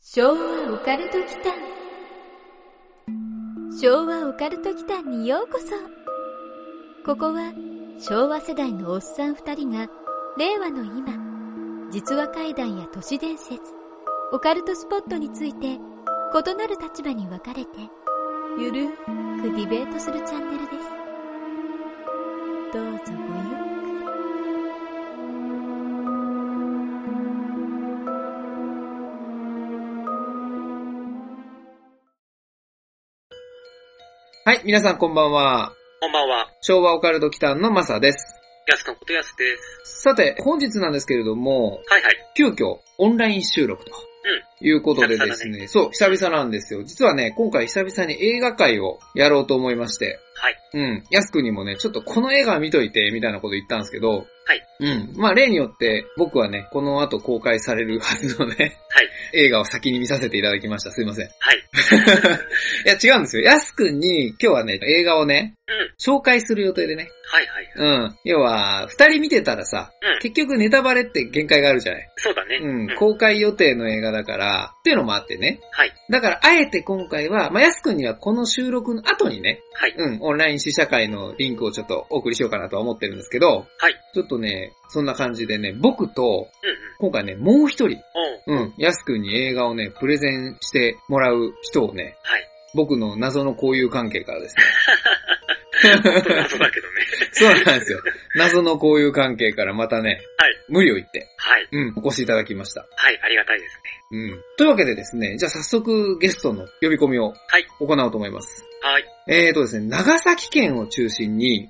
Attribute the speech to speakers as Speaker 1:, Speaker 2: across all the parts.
Speaker 1: 昭和オカルト祈間昭和オカルト祈間にようこそここは昭和世代のおっさん二人が令和の今実話怪談や都市伝説オカルトスポットについて異なる立場に分かれてゆるーくディベートするチャンネルですどうぞごゆっ
Speaker 2: はい、皆さんこんばんは。
Speaker 3: こんばんは。
Speaker 2: 昭和オカルト北のマサです。
Speaker 3: やすのことやすです。
Speaker 2: さて、本日なんですけれども、
Speaker 3: はいはい。
Speaker 2: 急遽オンライン収録と。いうことでです
Speaker 3: 久々
Speaker 2: ね。そう、久々なんですよ。実はね、今回久々に映画会をやろうと思いまして。
Speaker 3: はい。
Speaker 2: うん。やすくんにもね、ちょっとこの映画見といて、みたいなこと言ったんですけど。
Speaker 3: はい。
Speaker 2: うん。まあ例によって、僕はね、この後公開されるはずのね、
Speaker 3: はい。
Speaker 2: 映画を先に見させていただきました。すいません。
Speaker 3: はい。
Speaker 2: いや、違うんですよ。やすくんに今日はね、映画をね、
Speaker 3: うん。
Speaker 2: 紹介する予定でね。
Speaker 3: はいはい。
Speaker 2: うん。要は、二人見てたらさ、
Speaker 3: うん。
Speaker 2: 結局ネタバレって限界があるじゃない
Speaker 3: そうだね。
Speaker 2: うん
Speaker 3: は、い。
Speaker 2: 公開予定の映画だから、っていうのもあってね。だから、あえて今回は、まあ、やすくんにはこの収録の後にね、
Speaker 3: はい。
Speaker 2: うん、オンライン試写会のリンクをちょっとお送りしようかなとは思ってるんですけど、
Speaker 3: はい。
Speaker 2: ちょっとね、そんな感じでね、僕と、
Speaker 3: うん
Speaker 2: 今回ね、もう一人、
Speaker 3: うん。おう。
Speaker 2: うん、やすくんに映画をね、プレゼンしてもらう人をね、
Speaker 3: はい。
Speaker 2: 僕の謎の交友関係からですね。
Speaker 3: 本当謎だけどね。
Speaker 2: そうなんですよ。謎の交友関係からまたね、
Speaker 3: はい
Speaker 2: 無理を言って、
Speaker 3: はい。
Speaker 2: うん、お越しいただきました。
Speaker 3: はい。ありがたいですね。
Speaker 2: うん。というわけでですね、じゃあ早速ゲストの呼び込みを
Speaker 3: はい
Speaker 2: 行おうと思います。
Speaker 3: はい。
Speaker 2: えーとですね、長崎県を中心に
Speaker 3: うん。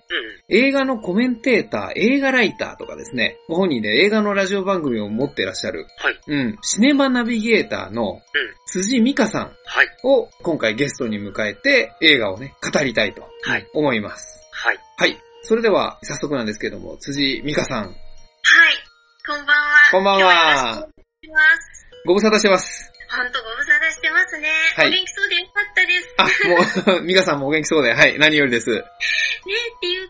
Speaker 2: 映画のコメンテーター、映画ライターとかですね、ご本人で映画のラジオ番組を持ってらっしゃる、
Speaker 3: はい。
Speaker 2: うん、シネマナビゲーターの
Speaker 3: うん
Speaker 2: 辻美香さん
Speaker 3: はい。
Speaker 2: を今回ゲストに迎えて映画をね、語りたいと
Speaker 3: はい
Speaker 2: 思います。
Speaker 3: はい。
Speaker 2: はい。それでは、早速なんですけども、辻美香さん。
Speaker 4: はい。こんばんは。
Speaker 2: こんばんは。
Speaker 4: 今日よろしくお願いします。
Speaker 2: ご無沙汰してます。
Speaker 4: ほんとご無沙汰してますね。
Speaker 2: はい
Speaker 4: お元気そうでよかったです。
Speaker 2: あ、もう、 美香さんもお元気そうで、はい、何よりです。は
Speaker 4: ねっていう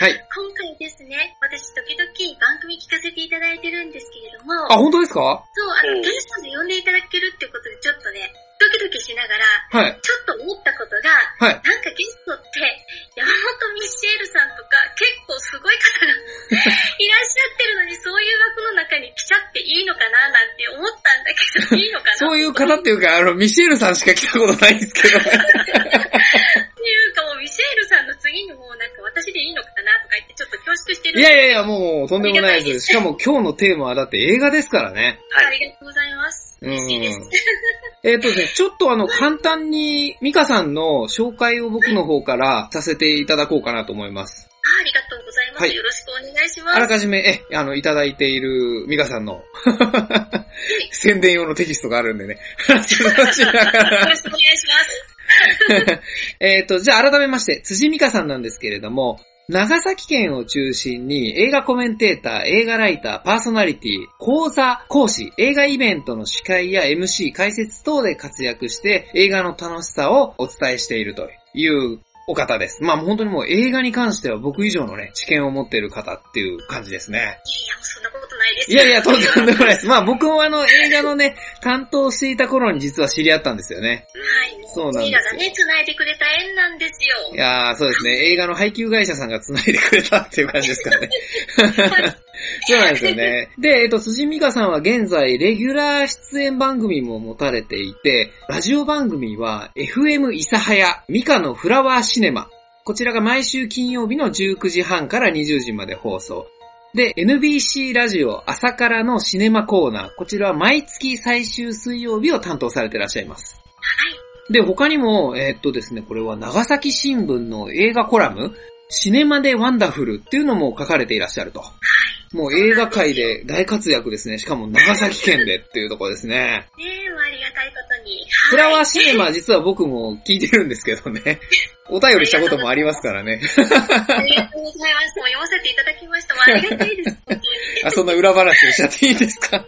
Speaker 4: か、
Speaker 2: い。
Speaker 4: 今回ですね、私時々番組聞かせていただいてるんですけれども、
Speaker 2: あ、本当ですか
Speaker 4: そう、あ
Speaker 3: うん
Speaker 4: の、ゲストで呼んでいただけるってことでちょっとね、ドキドキしながら、
Speaker 2: はい。
Speaker 4: ちょっと思ったことが、
Speaker 2: はい。
Speaker 4: なんかゲストって、山本ミシエルさんとか、結構すごい方が いらっしゃってるのに、そういう枠の中に来ちゃっていいのかななんて思ったんだけど、いいのかな
Speaker 2: そういう方っていうか、あの、ミシェルさんしか来たことないんですけど。
Speaker 4: っていうかもうミシェールさんの次にもうなんか私でいいのかなとか言ってちょっと恐縮して
Speaker 2: い
Speaker 4: る。
Speaker 2: やいやいや、もう、とんでもないです。しかも今日のテーマはだって映画ですからね。
Speaker 4: あ
Speaker 3: はい。
Speaker 4: りがとうございます。
Speaker 2: うん。
Speaker 4: 嬉しいです。
Speaker 2: えっ、とですね、ちょっとあの、簡単に、美香さんの紹介を僕の方からさせていただこうかなと思います。
Speaker 4: あありがとうございます。
Speaker 2: はい
Speaker 4: よろしくお願いしま
Speaker 2: あ
Speaker 4: す。
Speaker 2: ら
Speaker 4: はい。
Speaker 2: かじめ、え、あの、いただいている、ミカさんの、宣伝用のテキストがあるんでね。話をしなが
Speaker 4: よろ
Speaker 2: ら
Speaker 4: しくお願いします。
Speaker 2: えっと、じゃあ改めまして、辻美香さんなんですけれども、長崎県を中心に映画コメンテーター、映画ライター、パーソナリティ、講座、講師、映画イベントの司会や MC、解説等で活躍して映画の楽しさをお伝えしているというお方です。まあ本当にもう映画に関しては僕以上のね、知見を持っている方っていう感じですね。
Speaker 4: いやいや、もうそんなことないです。
Speaker 2: いやいや、とんでもないです。まあ僕もあの映画のね、担当していた頃に実は知り合ったんですよね。
Speaker 4: はい。も
Speaker 2: そうなんですよ
Speaker 4: ミラがね、繋いでくれた縁なんですよ。
Speaker 2: いやー、そうですね。映画の配給会社さんが繋いでくれたっていう感じですからね。そうなんですよね。 で、えっと、辻美香さんは現在、レギュラー出演番組も持たれていて、ラジオ番組は、FM 諫早、美香のフラワーシネマ。こちらが毎週金曜日の19時半から20時まで放送。で、NBC ラジオ朝からのシネマコーナー。こちらは毎月最終水曜日を担当されてらっしゃいます。
Speaker 4: はい。
Speaker 2: で、他にも、えーっとですね、これは長崎新聞の映画コラム、シネマでワンダフルっていうのも書かれていらっしゃると。もう映画界で大活躍ですね。しかも長崎県でっていうところですね。
Speaker 4: ねえ、もうありがたいことに。
Speaker 2: フラワ
Speaker 4: はい。
Speaker 2: ーシネマ実は僕も聞いてるんですけどね。お便りしたこともありますからね。
Speaker 4: ありがとうございます。もう読ませていただきました。もうありがたいです。本当に
Speaker 2: あ、そんな裏話をしちゃっていいですか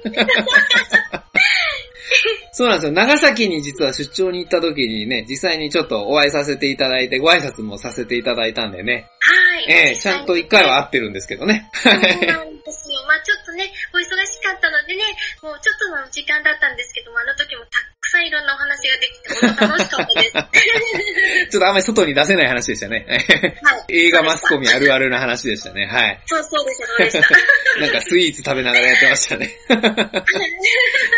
Speaker 2: そうなんですよ。長崎に実は出張に行った時にね、実際にちょっとお会いさせていただいて、ご挨拶もさせていただいたんでね。
Speaker 4: はい。
Speaker 2: ええちゃんと一回は会ってるんですけどね。
Speaker 4: そうなんですよ。まあちょっとね、お忙しかったのでね、もうちょっとの時間だったんですけども、あの時もたくさんいろんなお話ができて、本当楽しかったです。は
Speaker 2: ちょっとあんまり外に出せない話でした ね。
Speaker 4: い。
Speaker 2: 映画マスコミあるあるな話でしたね。はい。
Speaker 4: そうそうでした、そうでした。
Speaker 2: なんかスイーツ食べながらやってました ね。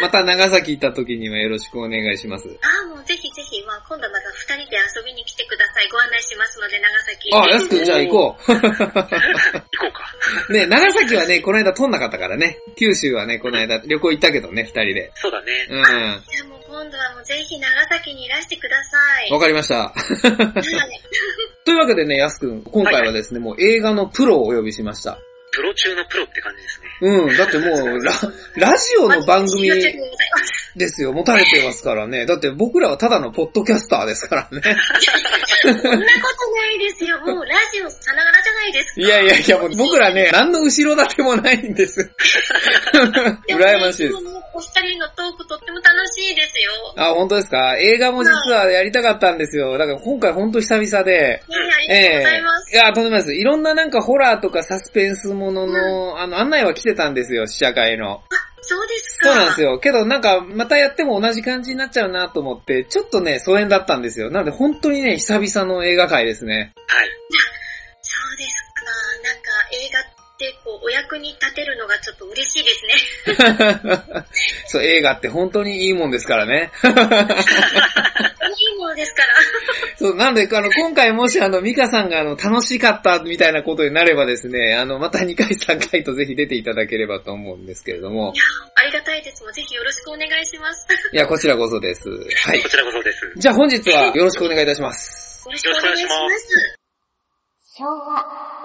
Speaker 2: また長崎行った時にはよろしくお願いします。
Speaker 4: ああ、もうぜひぜひ、まあ今度また二人で遊びに来てください。ご案内しますので、長崎。
Speaker 2: あ、やすくんじゃあ行こ
Speaker 3: 行こうか。
Speaker 2: う。ね、長崎はね、この間飛んなかったからね。九州はね、この間旅行行ったけどね、二人で。
Speaker 3: そうだね。
Speaker 2: うん。
Speaker 4: いやもう今度はもうぜひ長崎にいらしてください。
Speaker 2: わかりました。
Speaker 4: はい
Speaker 2: というわけでね、やすくん、今回はですね、もう映画のプロをお呼びしました。
Speaker 3: プロ中のプロって感じですね。
Speaker 2: うん、だっても う、ラ、ラジオの番組
Speaker 4: ありがとうございます
Speaker 2: ですよ、持たれてますからね。だって僕らはただのポッドキャスターですからね。
Speaker 4: そんなことないです よ。もうラジオさながらじゃないですか。
Speaker 2: いやいやいや、もう僕らね、何の後ろ盾もないん です。
Speaker 4: でもね
Speaker 2: 羨ましいです。
Speaker 4: 今日のお二人のトークとっても楽しいですよ。
Speaker 2: あ、本当ですか映画も実はやりたかったんですよ。だから今回本当久々で。
Speaker 4: ねありがとうございます。
Speaker 2: いや、とんでもないです。いろんななんかホラーとかサスペンスものの、あの、案内は来てたんですよ、試写会の。
Speaker 4: そうですか。
Speaker 2: そうなんですよ。けどなんか、またやっても同じ感じになっちゃうなと思って、ちょっとね、疎遠だったんですよ。なんで本当にね、久々の映画会ですね。
Speaker 3: はい。
Speaker 4: そうですか。なんか映画ってこう、お役に立てるのがちょっと嬉しい ですね。
Speaker 2: そう、映画って本当にいいもんですからね。
Speaker 4: いいものですから。
Speaker 2: そう、なんで、あの、今回もし、あの、ミカさんが、あの、楽しかった、みたいなことになればですね、あの、また2回、3回とぜひ出ていただければと思うんですけれども。
Speaker 4: ありがたいです。もうぜひよろしくお願いします。よ
Speaker 2: いや、こちらこそです。はい
Speaker 3: こ。ちらこそです。
Speaker 2: じゃあ本日はよろしくお願いいたします。
Speaker 4: ろしくお願いします。
Speaker 5: 昭和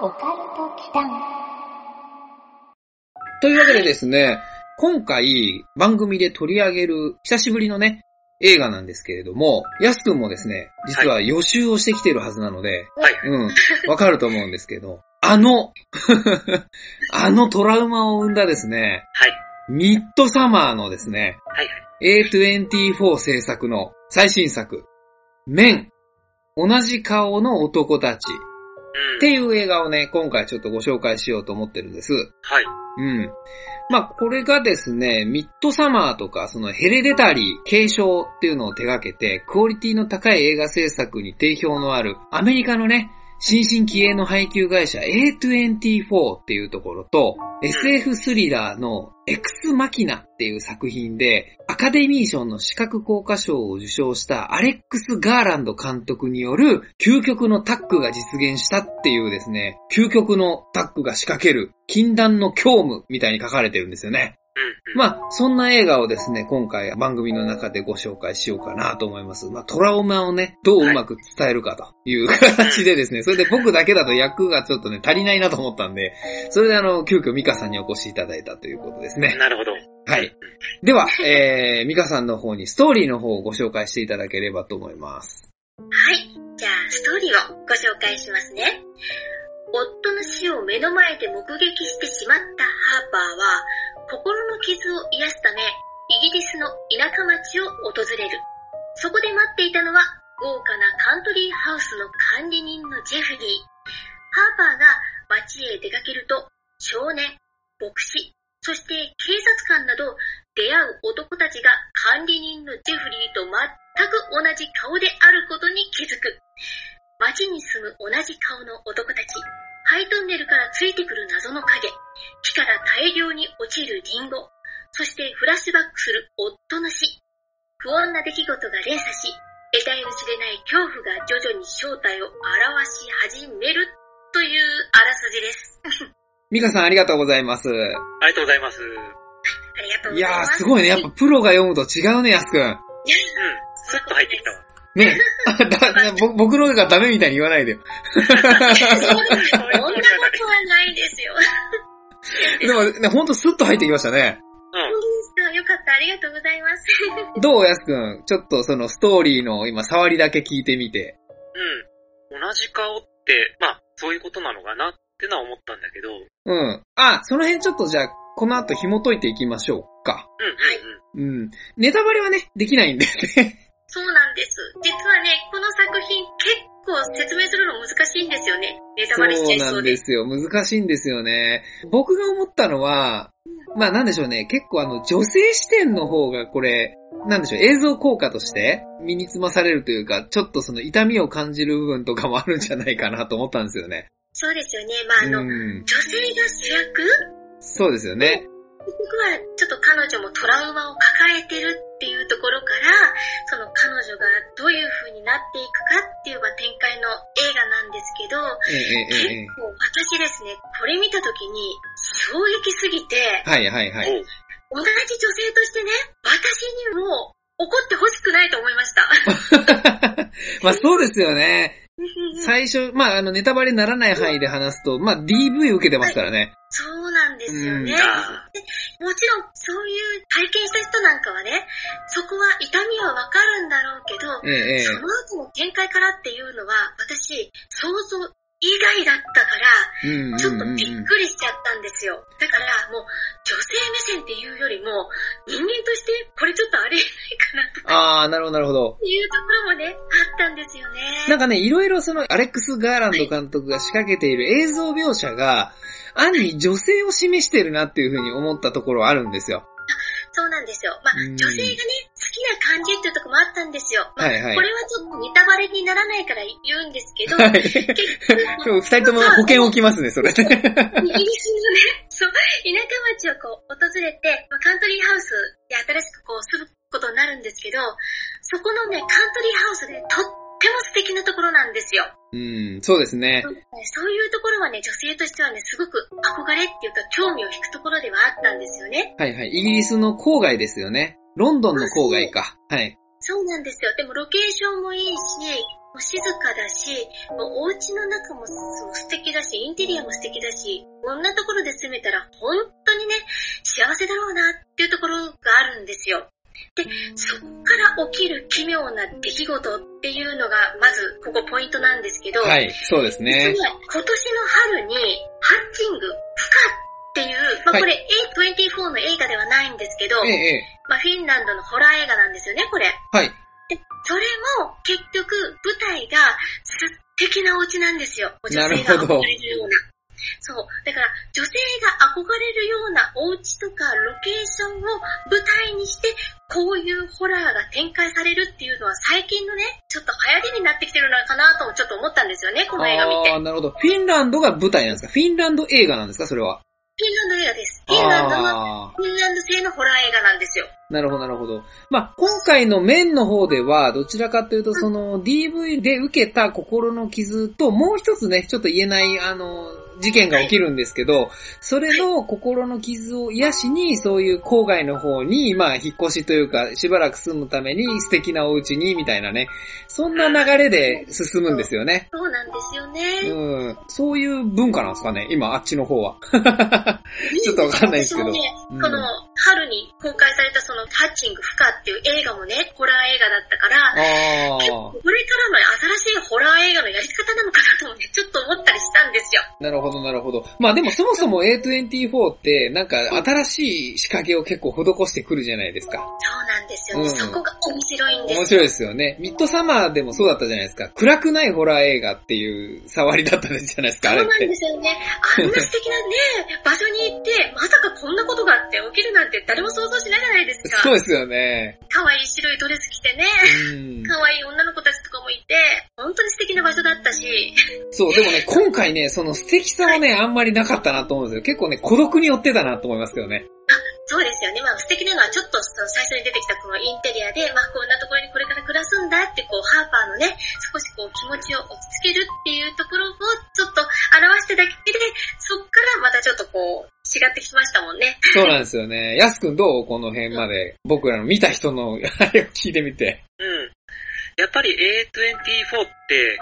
Speaker 5: オカルト祈願
Speaker 2: というわけでですね、今回、番組で取り上げる、久しぶりのね、映画なんですけれども、ヤスくんもですね、実は予習をしてきてるはずなので、
Speaker 3: はい。
Speaker 2: うん、わかると思うんですけど、あの、 あのトラウマを生んだですね、
Speaker 3: はい。
Speaker 2: ミッドサマーのですね、
Speaker 3: はい。
Speaker 2: A24 制作の最新作、メン、同じ顔の男たちっ
Speaker 3: うん。
Speaker 2: ていう映画をね、今回ちょっとご紹介しようと思ってるんです。
Speaker 3: はい。
Speaker 2: うん。まあ、これがですね、ミッドサマーとか、そのヘレデタリー継承っていうのを手掛けて、クオリティの高い映画制作に定評のある、アメリカのね、新進気鋭の配給会社 A24 っていうところと、SF スリラーのエクスマキナっていう作品で、アカデミー賞の視覚効果賞を受賞したアレックス・ガーランド監督による究極のタッグが実現したっていうですね、究極のタッグが仕掛ける禁断の恐夢みたいに書かれてるんですよね。
Speaker 3: うん。うん。
Speaker 2: まあ、そんな映画をですね、今回番組の中でご紹介しようかなと思います。まあ、トラウマをね、どううまく伝えるかという形でですね、それで僕だけだと役がちょっとね、足りないなと思ったんで、それであの、急遽ミカさんにお越しいただいたということですね。
Speaker 3: なるほど。
Speaker 2: はい。では、えー、ミカさんの方にストーリーの方をご紹介していただければと思います。
Speaker 4: はい。じゃあ、ストーリーをご紹介しますね。夫の死を目の前で目撃してしまったハーパーは、心の傷を癒すため、イギリスの田舎町を訪れる。そこで待っていたのは、豪華なカントリーハウスの管理人のジェフリー。ハーパーが町へ出かけると、少年、牧師、そして警察官など、出会う男たちが管理人のジェフリーと全く同じ顔であることに気づく。街に住む同じ顔の男たち。ハイトンネルからついてくる謎の影。木から大量に落ちるリンゴ。そしてフラッシュバックする夫の死。不穏な出来事が連鎖し、得体の知れない恐怖が徐々に正体を表し始めるというあらすじです。
Speaker 2: ミカさんありがとうございます。
Speaker 3: ありがとうございます。うん。
Speaker 4: ありがとう
Speaker 2: い
Speaker 4: ござ
Speaker 2: や
Speaker 4: いま
Speaker 2: ー、
Speaker 4: す。
Speaker 2: すごいね。やっぱプロが読むと違うね、ヤスくん。
Speaker 4: いや
Speaker 3: スッと入ってきたわ。
Speaker 2: ね。あだぼ僕のがダメみたいに言わないでよ。
Speaker 4: そんなことはないですよ。
Speaker 2: でもね、ほんとスッと入ってきましたね。
Speaker 3: うん。
Speaker 4: よかった、ありがとうございます。
Speaker 2: どう、やすくんちょっとそのストーリーの今、触りだけ聞いてみて。
Speaker 3: うん。同じ顔って、まあ、そういうことなのかなってのは思ったんだけど、うん。うん。
Speaker 2: うん。あ、その辺ちょっとじゃあ、この後紐解いていきましょうか。
Speaker 3: うん。うん。
Speaker 2: うん。ネタバレはね、できないんでね。
Speaker 4: そうなんです。実はね、この作品結構説明するの難しいんですよね。ネタ
Speaker 2: そ
Speaker 4: バレしちゃ
Speaker 2: う
Speaker 4: い
Speaker 2: な
Speaker 4: そうんで。
Speaker 2: ですよ。難しいんですよね。僕が思ったのは、まあなんでしょうね、結構あの女性視点の方がこれ、なんでしょう、映像効果として身につまされるというか、ちょっとその痛みを感じる部分とかもあるんじゃないかなと思ったんですよね。
Speaker 4: そうですよね。まあ、あの、
Speaker 2: うん。
Speaker 4: 女性が主役
Speaker 2: そうですよね。
Speaker 4: 僕はちょっと彼女もトラウマを抱えてるっていうところから、その彼女がどういう風になっていくかっていうまあ展開の映画なんですけど、
Speaker 2: ええええええ
Speaker 4: 結構私ですね、これ見た時に衝撃すぎて、
Speaker 2: はいはいはい。
Speaker 3: おう
Speaker 4: 同じ女性としてね、私にも怒ってほしくないと思いました。
Speaker 2: まあそうですよね。
Speaker 4: うん
Speaker 2: 最初、まああのネタバレにならない範囲で話すと、まあ DV 受けてますからね。
Speaker 4: そうなんですよね。
Speaker 3: あ
Speaker 4: もちろんそういう体験した人なんかはね、そこは痛みはわかるんだろうけ
Speaker 2: え
Speaker 4: ど、
Speaker 2: えええ
Speaker 4: その後の展開からっていうのは、私、想像以外だったから、
Speaker 2: うん
Speaker 4: ちょっ
Speaker 2: うん
Speaker 4: と
Speaker 2: うん
Speaker 4: び
Speaker 2: う
Speaker 4: っ
Speaker 2: ん。
Speaker 4: くりしちゃったんですよ。だから、もう、女性目線っていうよりも、人間として、これちょっとありえないかなとか
Speaker 2: ああ、なるほどなるほど。
Speaker 4: っていうところもね、あったんですよね。
Speaker 2: なんかね、いろいろそのアレックス・ガーランド監督が仕掛けている映像描写が、暗に女性を示してるなっていうふうに思ったところあるんですよ。
Speaker 4: そうなんですよ。まあ、
Speaker 2: うん
Speaker 4: 女性がね、好きな感じっていうところもあったんですよ。まあ、
Speaker 2: はいはい
Speaker 4: これはちょっとネタバレにならないから言うんですけど、
Speaker 2: は
Speaker 4: 結
Speaker 2: い。今
Speaker 4: 構、
Speaker 2: 日二人とも保険置きますね、それ。
Speaker 4: イギリスのね、そう、田舎町をこう訪れて、まあ、カントリーハウスで新しくこう住むことになるんですけど、そこのね、カントリーハウスでとっても素敵なところなんですよ。
Speaker 2: うん、そうですね。
Speaker 4: そういうところはね、女性としてはね、すごく憧れっていうか興味を引くところではあったんですよね。
Speaker 2: はいはい。イギリスの郊外ですよね。ロンドンの郊外か。はい。
Speaker 4: そうなんですよ。でもロケーションもいいし、もう静かだし、もうお家の中もそう素敵だし、インテリアも素敵だし、こんなところで住めたら本当にね、幸せだろうなっていうところがあるんですよ。で、そこから起きる奇妙な出来事っていうのが、まずここポイントなんですけど、
Speaker 2: はい、そうですね
Speaker 4: 実。は今年の春に、ハッチング、不可っていう、まあ、これ A24 の映画ではないんですけど、
Speaker 2: ええ、ええ。
Speaker 4: まあ、フィンランドのホラー映画なんですよね、これ。
Speaker 2: はい。
Speaker 4: それも結局舞台が素敵なお家なんですよ。女
Speaker 2: なる
Speaker 4: 性
Speaker 2: ほ
Speaker 4: が
Speaker 2: ど
Speaker 4: 憧れるような。そう。だから女性が憧れるようなお家とかロケーションを舞台にして、こういうホラーが展開されるっていうのは最近のね、ちょっと流行りになってきてるのかなともちょっと思ったんですよね、この映画見て
Speaker 2: あ。あ、なるほど。フィンランドが舞台なんですかフィンランド映画なんですかそれは。
Speaker 4: フィンランド映画です。フィンランドの、
Speaker 2: ああ、
Speaker 4: フィンランド製のホラー映画なんですよ。
Speaker 2: なるほど、なるほど。まあ、今回の面の方では、どちらかというと、その DV で受けた心の傷と、もう一つね、ちょっと言えない、あの、事件が起きるんですけど、それの心の傷を癒しに、そういう郊外の方に、まあ、引っ越しというか、しばらく住むために素敵なお家に、みたいなね、そんな流れで進むんですよね。
Speaker 4: そうなんですよね。
Speaker 2: うん、そういう文化なんですかね、今、あっちの方は。 ちょっとわかんないですけど
Speaker 4: 私もね
Speaker 2: うん
Speaker 4: この春に公開されたそのハッチング不可っていう映画もね、ホラー映画だったから、
Speaker 2: あ
Speaker 4: 結
Speaker 2: あ
Speaker 4: 構、これからの新しいホラー映画のやり方なのかなともね、ちょっと思ったりしたんですよ。
Speaker 2: なるほど、なるほど。まあでもそもそも A24 って、なんか新しい仕掛けを結構施してくるじゃないですか。
Speaker 4: そうなんですよね。
Speaker 2: うん
Speaker 4: そこが面白いんですよ
Speaker 2: 面。白いですよね。ミッドサマーでもそうだったじゃないですか。暗くないホラー映画っていう触りだったじゃないですか、あ
Speaker 4: そ
Speaker 2: れ
Speaker 4: う
Speaker 2: っ
Speaker 4: なんで
Speaker 2: て。
Speaker 4: すよね。あんな素敵なね、場所に行って、まさかこんなことがあって起きるなんて誰も想像しないじゃないですか。
Speaker 2: そうですよね。
Speaker 4: 可愛い白いドレス着てね、
Speaker 2: うん。
Speaker 4: 可愛い女の子たちとかもいて、本当に素敵な場所だったし、
Speaker 2: そう、でもね、今回ね、その素敵さはね、あんまりなかったなと思うんですよ。結構ね、孤独に寄ってたなと思いますけどね。
Speaker 4: そうですよね。まあ素敵なのはちょっとその最初に出てきたこのインテリアで、まあこんなところにこれから暮らすんだってこうハーパーのね、少しこう気持ちを落ち着けるっていうところをちょっと表しただけで、そっからまたちょっとこう違ってきましたもんね。
Speaker 2: そうなんですよね。やすくんどうこの辺まで、僕らの見た人の あれを聞いてみて。
Speaker 3: うん。やっぱり A24 って、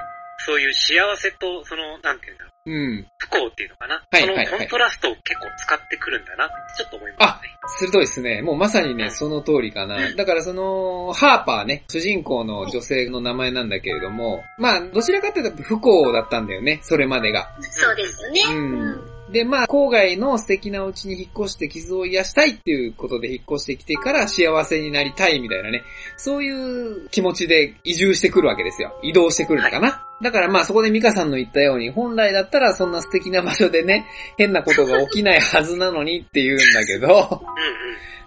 Speaker 3: そういう幸せと、その、なんていうんだろう、
Speaker 2: うん。
Speaker 3: 不幸っていうのかな。
Speaker 2: はい
Speaker 3: その
Speaker 2: はいはい
Speaker 3: コントラストを結構使ってくるんだなってちょっと思いますね。
Speaker 2: 鋭いですね。もうまさにね、その通りかな。だからその、ハーパーね、主人公の女性の名前なんだけれども、まあ、どちらかというと不幸だったんだよね、それまでが。
Speaker 4: そうですよね。
Speaker 2: うん
Speaker 4: うん
Speaker 2: で、まあ、郊外の素敵なお家に引っ越して傷を癒したいっていうことで引っ越してきてから幸せになりたいみたいなね、そういう気持ちで移住してくるわけですよ。移動してくるのかな。だからまあそこでミカさんの言ったように、本来だったらそんな素敵な場所でね、変なことが起きないはずなのにって言うんだけど、
Speaker 3: うんうん。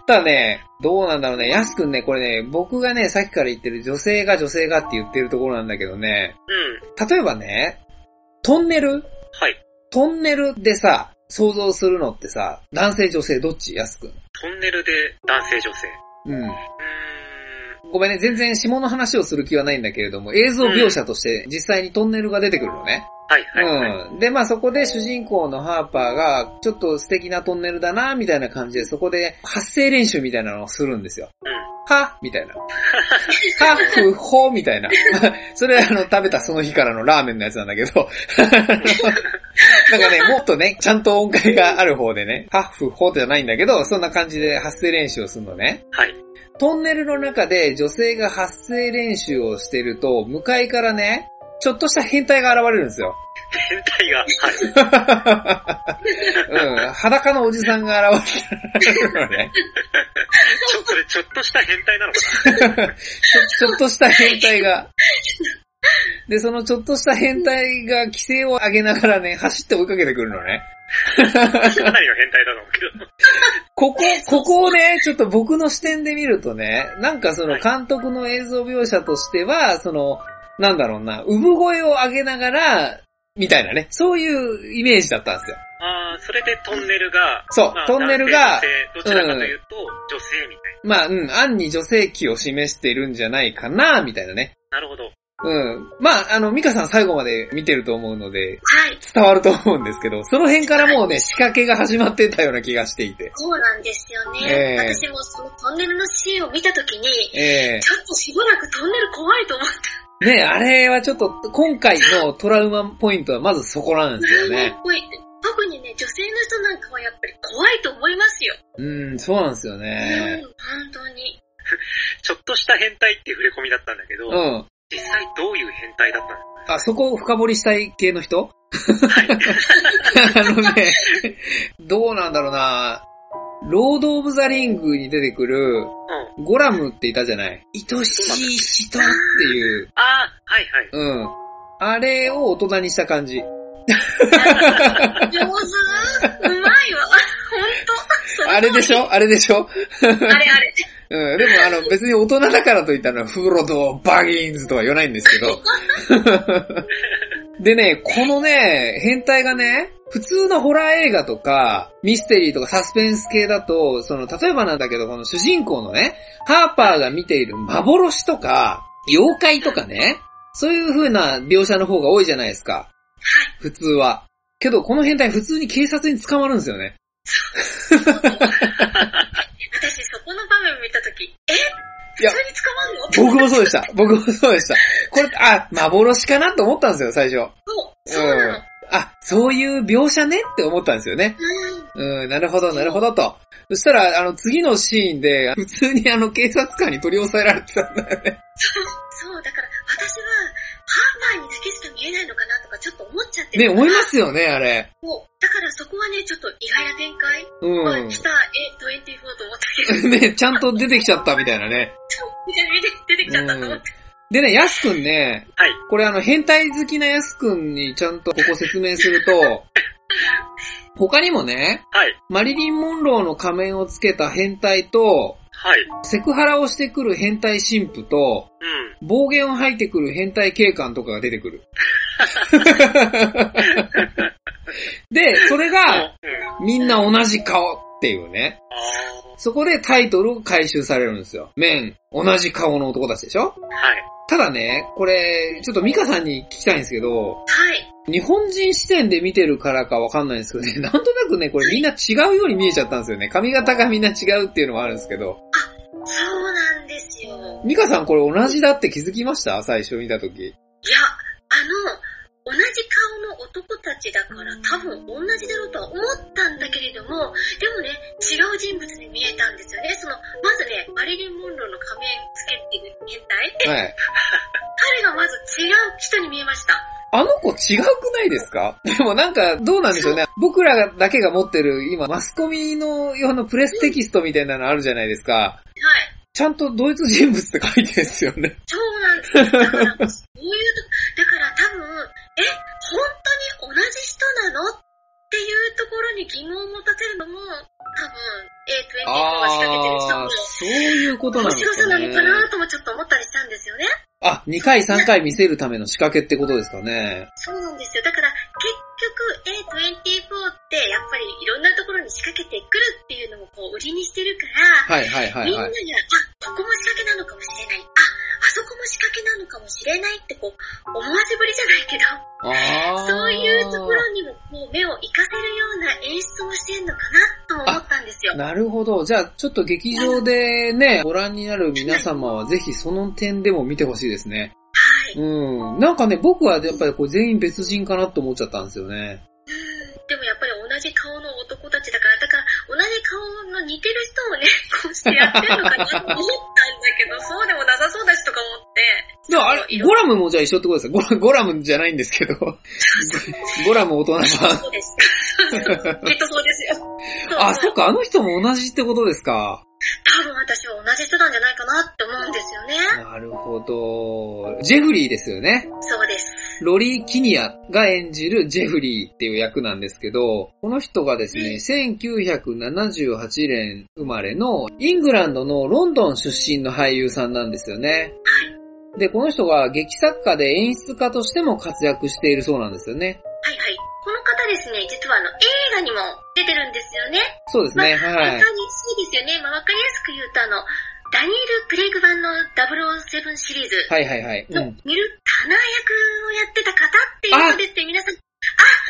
Speaker 2: ただね、どうなんだろうね、ヤスくんね、これね、僕がね、さっきから言ってる女性が女性がって言ってるところなんだけどね、
Speaker 3: うん。
Speaker 2: 例えばね、トンネル
Speaker 3: はい。
Speaker 2: トンネルでさ、想像するのってさ、男性女性どっちヤスくん。
Speaker 3: トンネルで男性女性。
Speaker 2: うん。
Speaker 3: うーん。
Speaker 2: ごめんね、全然下の話をする気はないんだけれども、映像描写として実際にトンネルが出てくるのね。
Speaker 3: はいはいはい。
Speaker 2: うん。で、まあそこで主人公のハーパーが、ちょっと素敵なトンネルだな、みたいな感じで、そこで発声練習みたいなのをするんですよ。
Speaker 3: うん
Speaker 2: はみたいな。はふほみたいな。それあの、食べたその日からのラーメンのやつなんだけど。なんかね、もっとね、ちゃんと音階がある方でね、はふほじゃないんだけど、そんな感じで発声練習をするのね。
Speaker 3: はい。
Speaker 2: トンネルの中で女性が発声練習をしてると、向かいからね、ちょっとした変態が現れるんですよ。
Speaker 3: 変態 が、はい。
Speaker 2: うん、裸のおじさんが現れるのね。
Speaker 3: ちょ、それちょっとした変態なのか
Speaker 2: ちょ、ちょっとした変態が。で、そのちょっとした変態が規制を上げながらね、走って追いかけてくるのね。
Speaker 3: なかなりの変態だと思うけど。
Speaker 2: ここ、ここをね、ちょっと僕の視点で見るとね、なんかその監督の映像描写としては、その、なんだろうな、産声を上げながら、みたいなね、そういうイメージだったんですよ。
Speaker 3: ああ、それでトンネルが、
Speaker 2: そうトンネルが
Speaker 3: 男性女性どちらかというと、女性みたい
Speaker 2: まあ、うん、暗に女性器を示しているんじゃないかな、みたいなね。
Speaker 3: な。なるほど。
Speaker 2: うん。まあ、あの、ミカさん最後まで見てると思うので、
Speaker 4: はい。
Speaker 2: 伝わると思うんですけど、その辺からもうね、仕掛けが始まってたような気がしていて。
Speaker 4: そうなんですよね。
Speaker 2: ええ
Speaker 4: 私もそのトンネルのシーンを見たときに、
Speaker 2: ええ
Speaker 4: ちょっとしばらくトンネル怖いと思った。
Speaker 2: ねあれはちょっと、今回のトラウマポイントはまずそこなんですよね。
Speaker 4: 怖い特にね、女性の人なんかはやっぱり怖いと思いますよ。
Speaker 2: うん、そうなんですよね
Speaker 4: う。ん、本当に。
Speaker 3: ちょっとした変態っていう触れ込みだったんだけど、
Speaker 2: うん。
Speaker 3: 実際どういう変態だったの
Speaker 2: あ、そこを深掘りしたい系の人 あのね、どうなんだろうなロード・オブ・ザ・リングに出てくる、
Speaker 3: うん。
Speaker 2: ゴラムっていたじゃない愛しい人っていう、
Speaker 3: ああ、はいはい。
Speaker 2: うん。あれを大人にした感じ。
Speaker 4: 上手うまいわ。本当
Speaker 2: あれでしょあれでしょ
Speaker 4: あれあれ。
Speaker 2: うん、でもあの別に大人だからといったらフロド、バギンズとは言わないんですけど。 でね、このね、変態がね、普通のホラー映画とか、ミステリーとかサスペンス系だと、その、例えばなんだけど、この主人公のね、ハーパーが見ている幻とか、妖怪とかね、そういう風な描写の方が多いじゃないですか。普通は。けど、この変態普通に警察に捕まるんですよね。
Speaker 4: 私そこの場面見たとき、え
Speaker 2: いや
Speaker 4: 普通に捕まんのって
Speaker 2: 僕もそうでした。僕もそうでした。これ、あ、幻かなと思ったんですよ、最初。
Speaker 4: そうなの。
Speaker 2: あ、そういう描写ねって思ったんですよね。
Speaker 4: うん。
Speaker 2: うん、なるほど、なるほどと。そしたら、あの、次のシーンで、普通にあの、警察官に取り押さえられてたんだよね。
Speaker 4: そう、だから私は、ハーパーにだけしか見えないのかなとかちょっと思っちゃって
Speaker 2: ね、
Speaker 4: る
Speaker 2: 思いますよね、あれ。
Speaker 4: もうだからそこはね、ちょっと意外な展開。ま
Speaker 2: う
Speaker 4: あ、来た、え、24と思ったけど、
Speaker 2: ん。ね、ちゃんと出てきちゃったみたいなね。
Speaker 4: 出てきちゃったと思って。
Speaker 2: でね、ヤスくんね、
Speaker 3: はい。
Speaker 2: これあの、変態好きなヤスくんにちゃんとここ説明すると、他にもね、
Speaker 3: はい。
Speaker 2: マリリン・モンローの仮面をつけた変態と、
Speaker 3: はい。
Speaker 2: セクハラをしてくる変態神父と、
Speaker 3: うん。
Speaker 2: 暴言を吐いてくる変態警官とかが出てくる。で、それが、
Speaker 3: うん。あ
Speaker 2: みんな同じ顔っていうね。
Speaker 3: あ
Speaker 2: そこでタイトルを回収されるんですよ。面、同じ顔の男たちでしょ
Speaker 3: ー。はい。
Speaker 2: ただね、これ、ちょっとミカさんに聞きたいんですけど、
Speaker 4: はい。
Speaker 2: 日本人視点で見てるからかわかんないんですけどね、なんとなくね、これみんな違うように見えちゃったんですよね。髪型がみんな違うっていうのもあるんですけど、
Speaker 4: そうなんですよ。いや、あの、
Speaker 2: ミカさんこれ同じだって気づきました最初見たとき。
Speaker 4: 同じ顔の男たちだから多分同じだろうとは思ったんだけれども、でもね、違う人物に見えたんですよね。その、まずね、マリリン・モンローの仮面つけてる変態
Speaker 2: はい。
Speaker 4: 彼がまず違う人に見えました。
Speaker 2: あの子違うくないですか でもなんか、どうなんでしょうね。僕らだけが持ってる、今、マスコミの用のプレステキストみたいなのあるじゃないですか。
Speaker 4: はい。
Speaker 2: ちゃんと同一人物って書いてるんですよね。
Speaker 4: そうなんですよ。だから、そういうと、だから多分、ところに疑問を持たせるのも、多分、A24 が仕掛けてる人
Speaker 2: あ
Speaker 4: も
Speaker 2: あ、、そういうことなん
Speaker 4: 面
Speaker 2: です
Speaker 4: 白さな
Speaker 2: か
Speaker 4: の
Speaker 2: ね
Speaker 4: か。なともちょっと思ったりしたんですよね。
Speaker 2: あ、2回3回見せるための仕掛けってことですかね。
Speaker 4: そうなんですよ。だから、結局 A24 って、やっぱりいろんなところに仕掛けてくるっていうのもこう、売りにしてるから、
Speaker 2: はいはいはい
Speaker 4: みんな
Speaker 2: は
Speaker 4: が、
Speaker 2: い。、
Speaker 4: あここも仕掛けなのかもしれない。あ、あそこも仕掛けなのかもしれないってこう、思わせぶりじゃないけど、
Speaker 2: ああ。
Speaker 4: そういうところにもこう目を活かせるような演出をしてんのかなとも思ったんですよ。
Speaker 2: なるほど。じゃあ、ちょっと劇場でね、ご覧になる皆様はぜひその点でも見てほしいですね。
Speaker 4: はい。
Speaker 2: うん。なんかね、僕はやっぱりこう全員別人かなと思っちゃったんですよね。
Speaker 4: でもやっぱり同じ顔の男たちだから、だから同じ顔の似てる人をね、こうしてやってるのかなと思ったんだけど、そうでもなさそうだしとか思って。
Speaker 2: でもあれ、ゴラムもじゃあ一緒ってことですかゴラゴラムじゃないんですけど。 ゴラム大人版。
Speaker 4: そうです。きっとそうですよ。
Speaker 2: あ、そ
Speaker 4: そう
Speaker 2: か、あの人も同じってことですか。
Speaker 4: 多分私は同じ人なんじゃないかなって思うんですよね。
Speaker 2: なるほど。ジェフリーですよね。
Speaker 4: そうです。
Speaker 2: ロリー・キニアが演じるジェフリーっていう役なんですけど、この人がですね、1978年生まれのイングランドのロンドン出身の俳優さんなんですよね。で、この人が劇作家で演出家としても活躍しているそうなんですよね。
Speaker 4: はいはい。この方ですね、実はあの映画にも出てるんですよね。
Speaker 2: そうですね、
Speaker 4: わか
Speaker 2: は
Speaker 4: りや
Speaker 2: い。
Speaker 4: すいですよね。まあ、わかりやすく言うと、あの、ダニエル・クレイグ版の007シリーズ
Speaker 2: はいはいはい。う
Speaker 4: の
Speaker 2: ん。
Speaker 4: ミル・タナー役をやってた方っていうのですって、皆さん、こ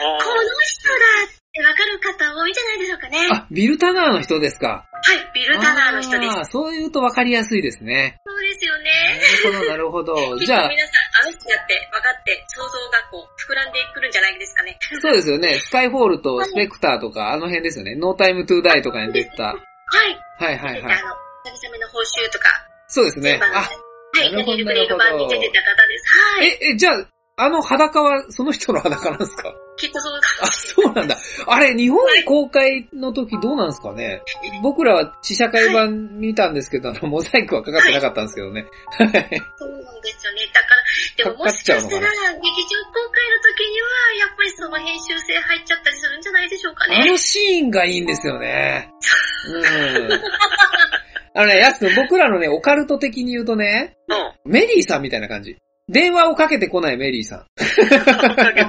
Speaker 3: あ
Speaker 4: の人だってわかる方多いんじゃないでしょうかね。は
Speaker 2: あ、ビル・タナーの人ですか。
Speaker 4: い、ビル・タナーの人です。
Speaker 2: あーそう言うとわかりやすいですね。
Speaker 4: そうですよ
Speaker 2: な
Speaker 4: ね。
Speaker 2: るほど、なるほど。
Speaker 4: きっと
Speaker 2: じゃあ、
Speaker 4: 皆さん、あの人だって分かって、想像がこう、膨らんでくるんじゃないですかね。
Speaker 2: そうですよね。スカイフォールとスペクターとか、あの辺ですよね。ノータイムトゥーダイとかに出てた。
Speaker 4: はい。
Speaker 2: はいはい
Speaker 4: で
Speaker 2: はい
Speaker 4: あ。の、神様の報酬とか、
Speaker 2: そうですね
Speaker 4: 現場。の
Speaker 2: あ、
Speaker 4: はい、
Speaker 2: な
Speaker 4: ダ
Speaker 2: るほ
Speaker 4: ニエ
Speaker 2: ど
Speaker 4: ル・クレイグ版に出てた方です。はい。
Speaker 2: え、え、じゃあ、あの裸はその人の裸なんですか
Speaker 4: きっとそうか
Speaker 2: あ、
Speaker 4: もし
Speaker 2: そうなんだ。あれ、日本公開の時どうなんですかね僕らは試写会版見たんですけど、あの、モザイクはかかってなかったんですけどね。
Speaker 4: そうなんですよね。だから、でももしかした、
Speaker 2: かから
Speaker 4: 劇場公開の時には、やっぱりその編集性入っちゃったりするんじゃないでしょうか
Speaker 2: あ
Speaker 4: ね。
Speaker 2: のシーンがいいんですよね。うん。あのね、やすくん、僕らのね、オカルト的に言うとね、
Speaker 3: ーうん。
Speaker 2: メリーさんみたいな感じ。電話をかけてこないメリーさん。
Speaker 3: かけてこないメリー。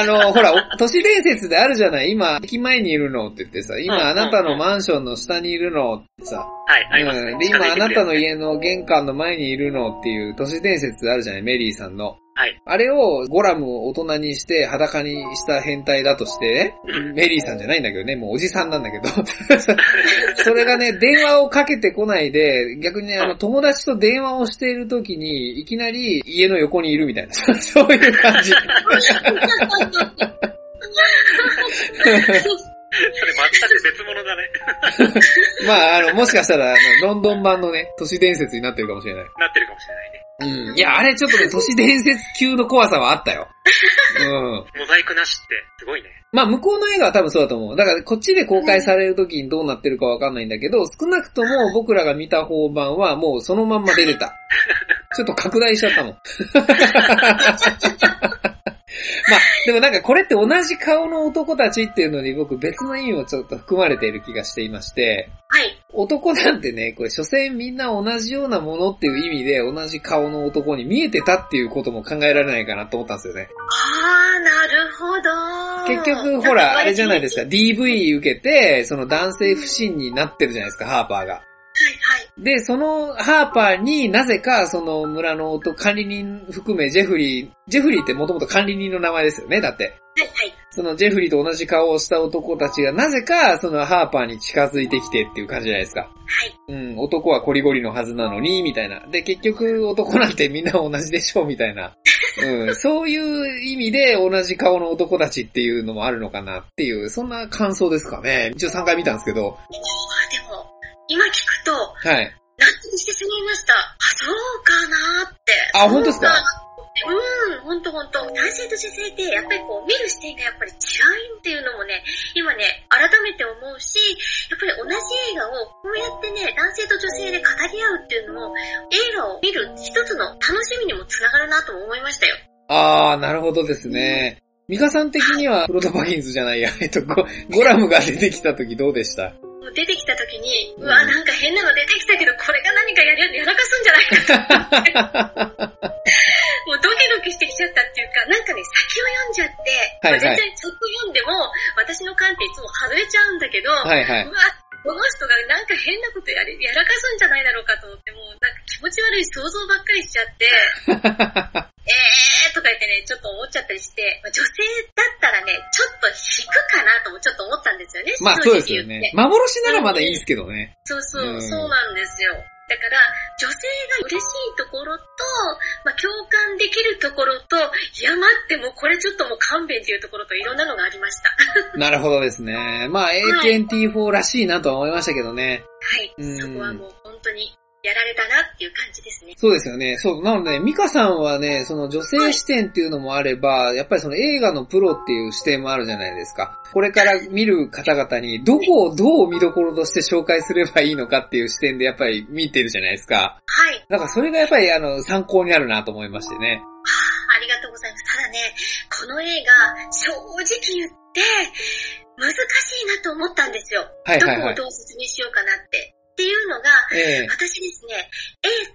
Speaker 2: あの、ほら、お都市伝説であるじゃない今、駅前にいるのって言ってさ、
Speaker 3: うんうん
Speaker 2: 今あなたのマンションの下にいるのってさ、
Speaker 3: はい、あります
Speaker 2: う
Speaker 3: ね
Speaker 2: ん。で、今あなたの
Speaker 3: 近づいてくるや
Speaker 2: 家の玄関の前にいるのっていう都市伝説であるじゃないメリーさんの。
Speaker 3: はい
Speaker 2: あれをゴラムを大人にして裸にした変態だとして、
Speaker 3: うん
Speaker 2: メリーさんじゃないんだけどね、もうおじさんなんだけ ど。それがね、電話をかけてこないで、逆にねあの、友達と電話をしている時に、いきなり家の横にいるみたいな、 そういう感じ。
Speaker 3: つ それ全く別物だね。
Speaker 2: まあ、あの、もしかしたら、あの、ロンドン版のね、都市伝説になってるかもしれない。
Speaker 3: なってるかもしれないね。
Speaker 2: うん。いや、あれちょっとね、都市伝説級の怖さはあったよ。うん。
Speaker 3: モザイクなしって、すごいね。
Speaker 2: まあ、向こうの映画は多分そうだと思う。だから、こっちで公開される時にどうなってるかわかんないんだけど、少なくとも僕らが見た方版はもうそのまんま出てた。ちょっと拡大しちゃったもん。ま あ、でもなんかこれって同じ顔の男たちっていうのに僕別の意味もちょっと含まれている気がしていまして、
Speaker 4: はい。
Speaker 2: 男なんてね、これ、所詮みんな同じようなものっていう意味で、同じ顔の男に見えてたっていうことも考えられないかなと思ったんですよね。
Speaker 4: あー、なるほど。
Speaker 2: 結局、ほら、あれじゃないです
Speaker 4: か。
Speaker 2: か、DV 受けて、その男性不信になってるじゃないですか、ハーパーが。
Speaker 4: はい、はい。
Speaker 2: で、そのハーパーになぜか、その村の男管理人含めジェフリー、ジェフリーってもともと管理人の名前ですよね、だって。
Speaker 4: はい、はい。
Speaker 2: そのジェフリーと同じ顔をした男たちがなぜか、そのハーパーに近づいてきてっていう感じじゃないですか。
Speaker 4: はい。
Speaker 2: うん、男はコリゴリのはずなのに、みたいな。で、結局男なんてみんな同じでしょう、みたい な。うん、そういう意味で同じ顔の男たちっていうのもあるのかなっていう、そんな感想ですかね。一応3回見たんですけど。
Speaker 4: あ、でも、今聞くと、
Speaker 2: はい。
Speaker 4: 納得してしまいました。あ、そうかなーって。
Speaker 2: あ本当ですか
Speaker 4: うん、ほんとほんと。男性と女性って、やっぱりこう、見る視点がやっぱり違うっていうのもね、今ね、改めて思うし、やっぱり同じ映画を、こうやってね、男性と女性で語り合うっていうのも、映画を見る一つの楽しみにもつながるなとも思いましたよ。
Speaker 2: あー、なるほどですね。ミカさん的には、プロトパギンズじゃないや、 えっと、ゴゴラムが出てきた時どうでした
Speaker 4: もう出てきた時に、うわ、なんか変なの出てきたけど、これが何かやるやらかすんじゃな いかと。もうドキドキしてきちゃったっていうか、なんかね、先を読んじゃって、
Speaker 2: はいはい
Speaker 4: まあ全然そこ読んでも、私の勘っていつも外れちゃうんだけど、。
Speaker 2: はいはいう
Speaker 4: わ、この人がなんか変なことやれやらかすんじゃないだろうかと思って、もうなんか気持ち悪い想像ばっかりしちゃって、 えーとか言ってね、ちょっと思っちゃったりして、まあ女性だったらね、ちょっと引くかなともちょっと思ったんですよね、
Speaker 2: まあそうですよ
Speaker 4: 正直言っ
Speaker 2: ね
Speaker 4: て。
Speaker 2: 幻ならまだいいんですけどね。
Speaker 4: そうそう、
Speaker 2: うん
Speaker 4: そうなんですよ。だから、女性が嬉しいところと、まあ、共感できるところと、いや、待って、もうこれちょっともう勘弁っていうところといろんなのがありました。 は
Speaker 2: なるほどですね。まあ A24 らしいなとは思いましたけどね。
Speaker 4: い、
Speaker 2: うん
Speaker 4: そこはもう本当にやられたなっていう感じですね。
Speaker 2: そうですよね。そう。なので、ミカさんはね、その女性視点っていうのもあれば、やっぱりその映画のプロっていう視点もあるじゃないですか。これから見る方々に、どこをどう見どころとして紹介すればいいのかっていう視点でやっぱり見てるじゃないですか。
Speaker 4: はい、
Speaker 2: だからそれがやっぱりあの、参考になるなと思いましてね。
Speaker 4: ありがとうございます。ただね、この映画、正直言って、難しいなと思ったんですよ。
Speaker 2: はいはいはい
Speaker 4: どこをどう説明しようかなって。っていうのが、
Speaker 2: ええ
Speaker 4: 私ですね、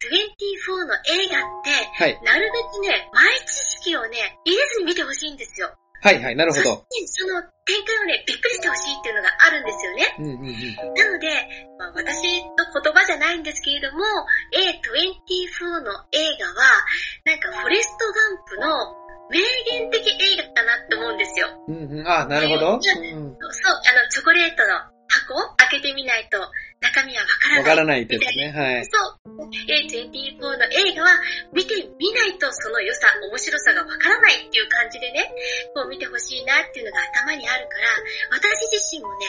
Speaker 4: A24 の映画って、
Speaker 2: はい。
Speaker 4: なるべくね、前知識をね、入れずに見てほしいんですよ。
Speaker 2: はいはい。なるほ
Speaker 4: そ
Speaker 2: ど。
Speaker 4: してその展開をね、びっくりしてほしいっていうのがあるんですよね。
Speaker 2: うんうんうん。
Speaker 4: なので、まあ、私の言葉じゃないんですけれども、A24 の映画は、なんかフォレストガンプの名言的映画かなって思うんですよ。
Speaker 2: うんうん、あ、なるほど。うん
Speaker 4: そう、あの、チョコレートの箱を開けてみないと中身はわからない。
Speaker 2: わからないってですね。はい。
Speaker 4: そう。A24 の映画は見てみないとその良さ、面白さがわからないっていう感じでね、こう見てほしいなっていうのが頭にあるから、私自身もね、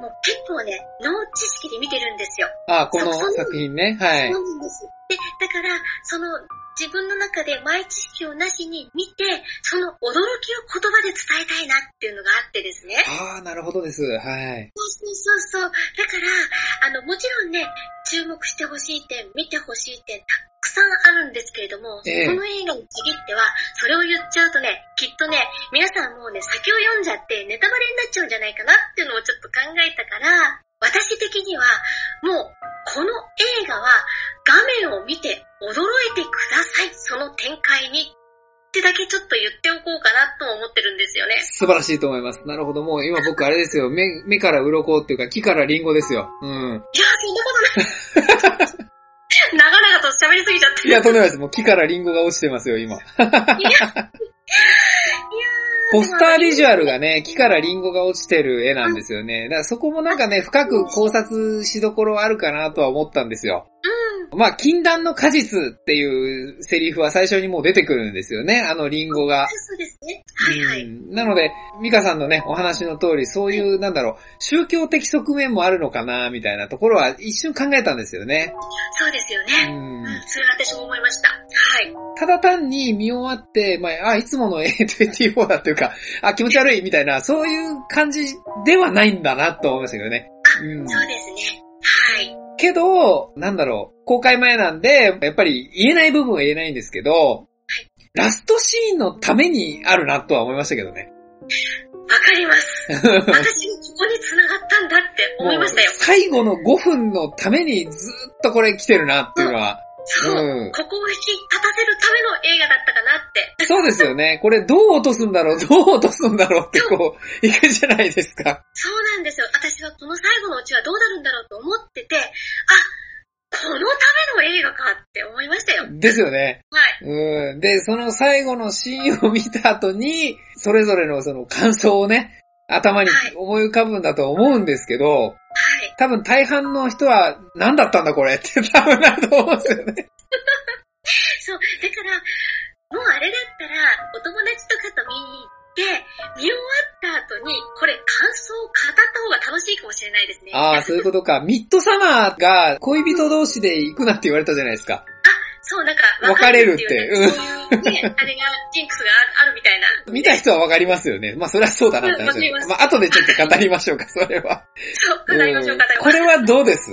Speaker 4: もう結構ね、脳知識で見てるんですよ。
Speaker 2: あ、この作品ね。はい
Speaker 4: そ。うなんです。で、だから、その、自分の中で前知識をなしに見て、その驚きを言葉で伝えたいなっていうのがあってですね。
Speaker 2: ああ、なるほどです。はい。
Speaker 4: そうそうそうそう。だから、あの、もちろんね、注目してほしい点、見てほしい点、たくさんあるんですけれども、
Speaker 2: ええ
Speaker 4: この映画に限っては、それを言っちゃうとね、きっとね、皆さんもうね、先を読んじゃって、ネタバレになっちゃうんじゃないかなっていうのをちょっと考えたから、私的には、もう、この映画は、画面を見て驚いてください、その展開に。ってだけちょっと言っておこうかなと思ってるんですよね。
Speaker 2: 素晴らしいと思います。なるほど。もう今僕あれですよ。目、目から鱗っていうか、木からリンゴですよ。うん。
Speaker 4: いや、そんなことない。 長々と喋りすぎちゃって。
Speaker 2: いや、とんでもないです。もう木からリンゴが落ちてますよ、今。ポスタービジュアルがね、木からリンゴが落ちてる絵なんですよね。だからそこもなんかね、深く考察しどころあるかなとは思ったんですよ。まあ、禁断の果実っていうセリフは最初にもう出てくるんですよね、あのリンゴが。
Speaker 4: そうですね。はいは
Speaker 2: う
Speaker 4: い。
Speaker 2: んなので、ミカさんのね、お話の通り、そういう、なんだろう、宗教的側面もあるのかな、みたいなところは一瞬考えたんですよね。
Speaker 4: そうですよ
Speaker 2: う
Speaker 4: ね。
Speaker 2: ん
Speaker 4: うん、それは私も思いました。はい。
Speaker 2: ただ単に見終わって、まあ、あ、いつもの A24 だっていうか、あ、気持ち悪いみたいな、そういう感じではないんだなと思いましたけどね。うん
Speaker 4: そうですね。はい。
Speaker 2: けど、なんだろう、公開前なんで、やっぱり言えない部分は言えないんですけど、ラストシーンのためにあるなとは思いましたけどね。
Speaker 4: わか ります。私もここに繋がったんだって思いましたよ
Speaker 2: もう。最後の5分のためにずっとこれ来てるなっていうのは、
Speaker 4: そう。
Speaker 2: うん
Speaker 4: ここを引き立たせるための映画だったかなって。
Speaker 2: そうですよね。これどう落とすんだろう、どう落とすんだろうってこう、いくじゃないですか。
Speaker 4: そうなんですよ。私はこの最後のうちはどうなるんだろうと思ってて、あ、このための映画かって思いましたよ。はい。
Speaker 2: ですよね。うん。で、その最後のシーンを見た後に、それぞれのその感想をね、頭に思い浮かぶんだと思うんですけど、
Speaker 4: はい。
Speaker 2: 多分大半の人は、何だったんだこれって多分なると思うんですよね。
Speaker 4: そう、だから、もうあれだったら、お友達とかと見に行って、見終わった後に、これ感想を語った方が楽しいかもしれないですね。
Speaker 2: ああ、そういうことか。ミッドサマーが恋人同士で行くなって言われたじゃないですか。
Speaker 4: そう、なんか、
Speaker 2: 別れるって
Speaker 4: 別れるっていうね、そういうね、あれが、ジンクスがあるあるみたいな。
Speaker 2: 見た人はわかりますよね。まあそれはそうだなって話なんで。
Speaker 4: うんわかりますす
Speaker 2: まあ後でちょっと語りましょうか、それは。
Speaker 4: そう、語りましょう、語り
Speaker 2: こ
Speaker 4: ましょ
Speaker 2: れはどうです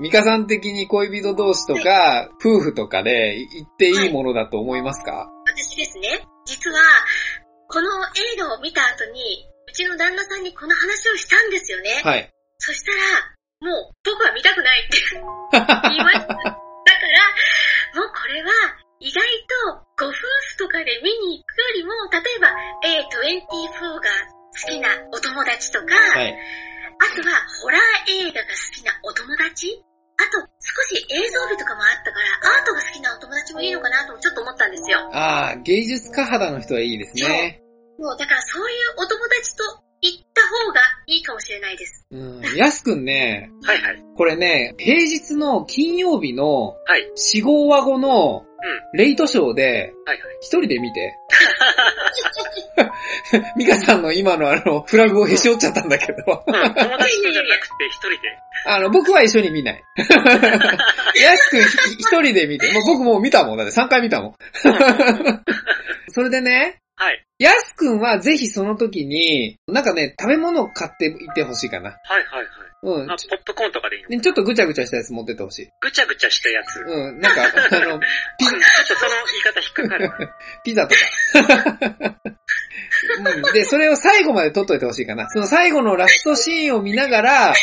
Speaker 2: ミカさん的に恋人同士とか、夫婦とかで言っていいものだと思いますか、
Speaker 4: う。私ですね、実は、この映画を見た後に、うちの旦那さんにこの話をしたんですよね。
Speaker 2: はい。
Speaker 4: そしたら、もう僕は見たくないって言いました。だから、もうこれは意外とご夫婦とかで見に行くよりも、例えば A24 が好きなお友達とか、
Speaker 2: はい。
Speaker 4: あとはホラー映画が好きなお友達あと、少し映像美とかもあったから、アートが好きなお友達もいいのかなともちょっと思ったんですよ。
Speaker 2: ああ、芸術家肌の人はいいですね。
Speaker 4: もうだからそういうお友達と行った方がいいかもしれないです。
Speaker 2: うん。やすくんね、
Speaker 3: はいはい。
Speaker 2: これね、平日の金曜日の
Speaker 3: はい。
Speaker 2: 四号和語のレイトショーで
Speaker 3: はいはい。
Speaker 2: 一人で見て。ミカさんの今のあの、フラグをへし折っちゃったんだけど。
Speaker 3: うん、友達とじゃなくて一人で。
Speaker 2: あの、僕は一緒に見ない。やすくんひ一人で見て。もう僕もう見たもん。だって3回見たもん。それでね、
Speaker 3: はい。
Speaker 2: やすくんはぜひその時に、なんかね、食べ物を買っていってほしいかな。
Speaker 3: はいはいはい。
Speaker 2: うん
Speaker 3: あ。、ポップコーンとかでいいの
Speaker 2: ねちょっとぐちゃぐちゃしたやつ持ってってほしい。
Speaker 3: ぐちゃぐちゃしたやつ。
Speaker 2: うん。なんか、あの、ピ
Speaker 3: ちょっとその言い方引っかかる。
Speaker 2: ピザとか。 うんで、それを最後まで撮っといてほしいかな。その最後のラストシーンを見ながら、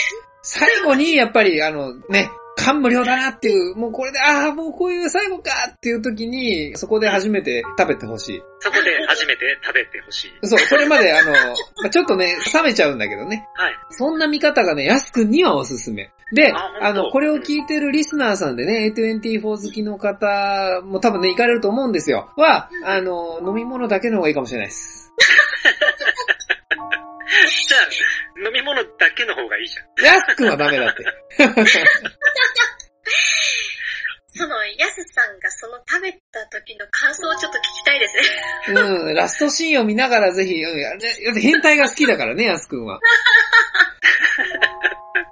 Speaker 2: 最後にやっぱりあのね、感無量だなっていう、もうこれで、ああ、もうこういう最後かっていう時に、そこで初めて食べてほしい。
Speaker 3: そこで初めて食べてほしい。
Speaker 2: そう、それまであ の、まあちょっとね、冷めちゃうんだけどね。
Speaker 3: はい。
Speaker 2: そんな見方がね、安くんにはおすすめ。で、
Speaker 3: あ
Speaker 2: あ
Speaker 3: 本当
Speaker 2: の、これを聞いてるリスナーさんでね、A24 好きの方も多分ね、行かれると思うんですよ。は、あの、飲み物だけの方がいいかもしれないです。
Speaker 3: じゃあ、飲み物だけの方がいいじゃん。
Speaker 2: 安くんはダメだって。
Speaker 4: その、やすさんがその食べた時の感想をちょっと聞きたいです ね。
Speaker 2: うん、ラストシーンを見ながらぜひ、うん、だって変態が好きだからね、安くんは。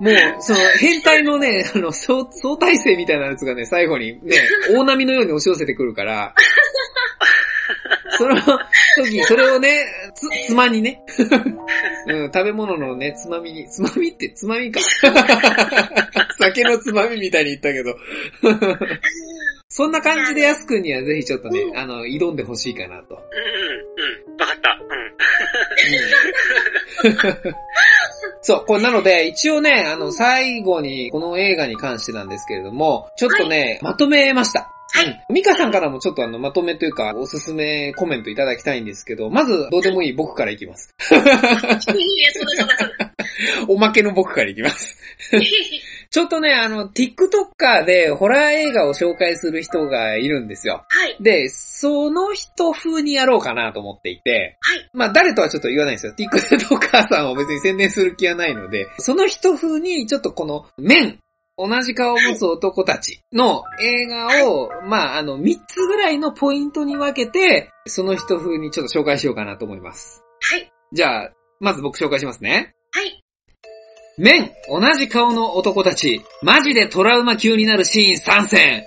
Speaker 2: もう、その、変態のね、あの、相相対性みたいなやつがね、最後にね、大波のように押し寄せてくるから、その時、それをね、つ、つまにね、 うん、食べ物のね、つまみに、つまみって、つまみか。 酒のつまみみたいに言ったけど、 そんな感じで安くんにはぜひちょっとね、あの、挑んでほしいかなと。
Speaker 3: うんうん、うん。わかった。うん。
Speaker 2: そう、これなので、一応ね、あの、最後に、この映画に関してなんですけれども、ちょっとね、まとめました。
Speaker 4: はい
Speaker 2: うん。ミカさんからもちょっとあの、まとめというか、おすすめコメントいただきたいんですけど、まず、どうでもいい僕からいきます。
Speaker 4: いや、そうだそうだ そうだ。
Speaker 2: おまけの僕からいきます。ちょっとね、あの、TikToker でホラー映画を紹介する人がいるんですよ。
Speaker 4: はい。
Speaker 2: で、その人風にやろうかなと思っていて、
Speaker 4: はい。
Speaker 2: まあ誰とはちょっと言わないんですよ。TikToker さんを別に宣伝する気はないので、その人風にちょっとこの面、同じ顔を持つ男たちの映画を、まああの3つぐらいのポイントに分けて、その人風にちょっと紹介しようかなと思います。
Speaker 4: はい。
Speaker 2: じゃあ、まず僕紹介しますね。
Speaker 4: はい。
Speaker 2: 面、同じ顔の男たち、マジでトラウマ級になるシーン参戦。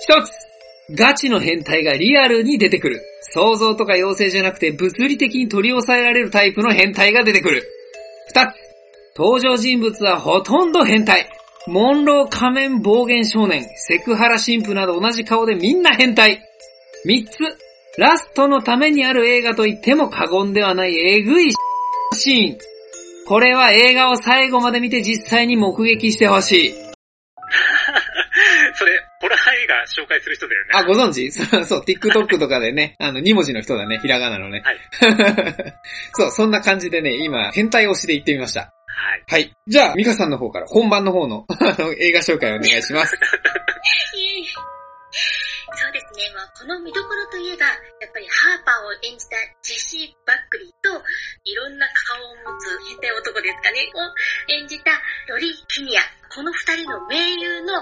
Speaker 2: 一つ、ガチの変態がリアルに出てくる。想像とか妖精じゃなくて物理的に取り押さえられるタイプの変態が出てくる。二つ、登場人物はほとんど変態。モンロー仮面暴言少年、セクハラ神父など同じ顔でみんな変態。三つ、ラストのためにある映画と言っても過言ではないえぐいシーン。これは映画を最後まで見て実際に目撃してほしい。
Speaker 3: それ、ホラー映画紹介する人だよね。
Speaker 2: あ、ご存知 そう、そう、TikTok とかでね、あの、2文字の人だね、ひらがなのね。
Speaker 3: はい
Speaker 2: そう、そんな感じでね、今、変態推しで行ってみました。
Speaker 3: はい。
Speaker 2: はい。じゃあ、ミカさんの方から、本番の方の、 あの、映画紹介お願いします。
Speaker 4: そうですね、まあ、この見どころといえば、やっぱりハーパーを演じたジェシー・バックリーと、いろんな顔を持つ変態男ですかね、を演じたロリ・キニア。この二人の名優の、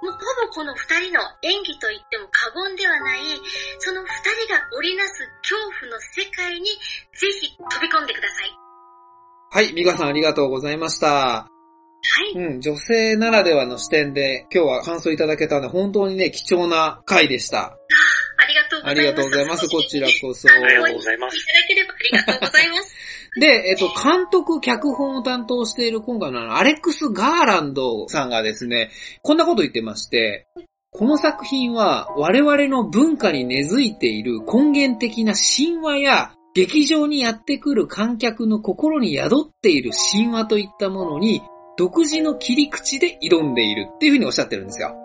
Speaker 4: もうほぼこの二人の演技と言っても過言ではない、その二人が織りなす恐怖の世界に、ぜひ飛び込んでください。
Speaker 2: はい、ミカさんありがとうございました。
Speaker 4: はい。
Speaker 2: うん、女性ならではの視点で、今日は感想いただけたので、本当にね、貴重な回でした。
Speaker 4: ありがとうご
Speaker 2: あ
Speaker 4: ざいます。
Speaker 2: りがとうございます、こちらこそ。
Speaker 3: ありがとうございま
Speaker 4: い
Speaker 3: す。
Speaker 4: ただければありがとうございます。
Speaker 2: で、えっと、監督、脚本を担当している今回のあのアレックス・ガーランドさんがですね、こんなこと言ってまして、この作品は我々の文化に根付いている根源的な神話や劇場にやってくる観客の心に宿っている神話といったものに、独自の切り口で挑んでいるっていうふうにおっしゃってるんですよ。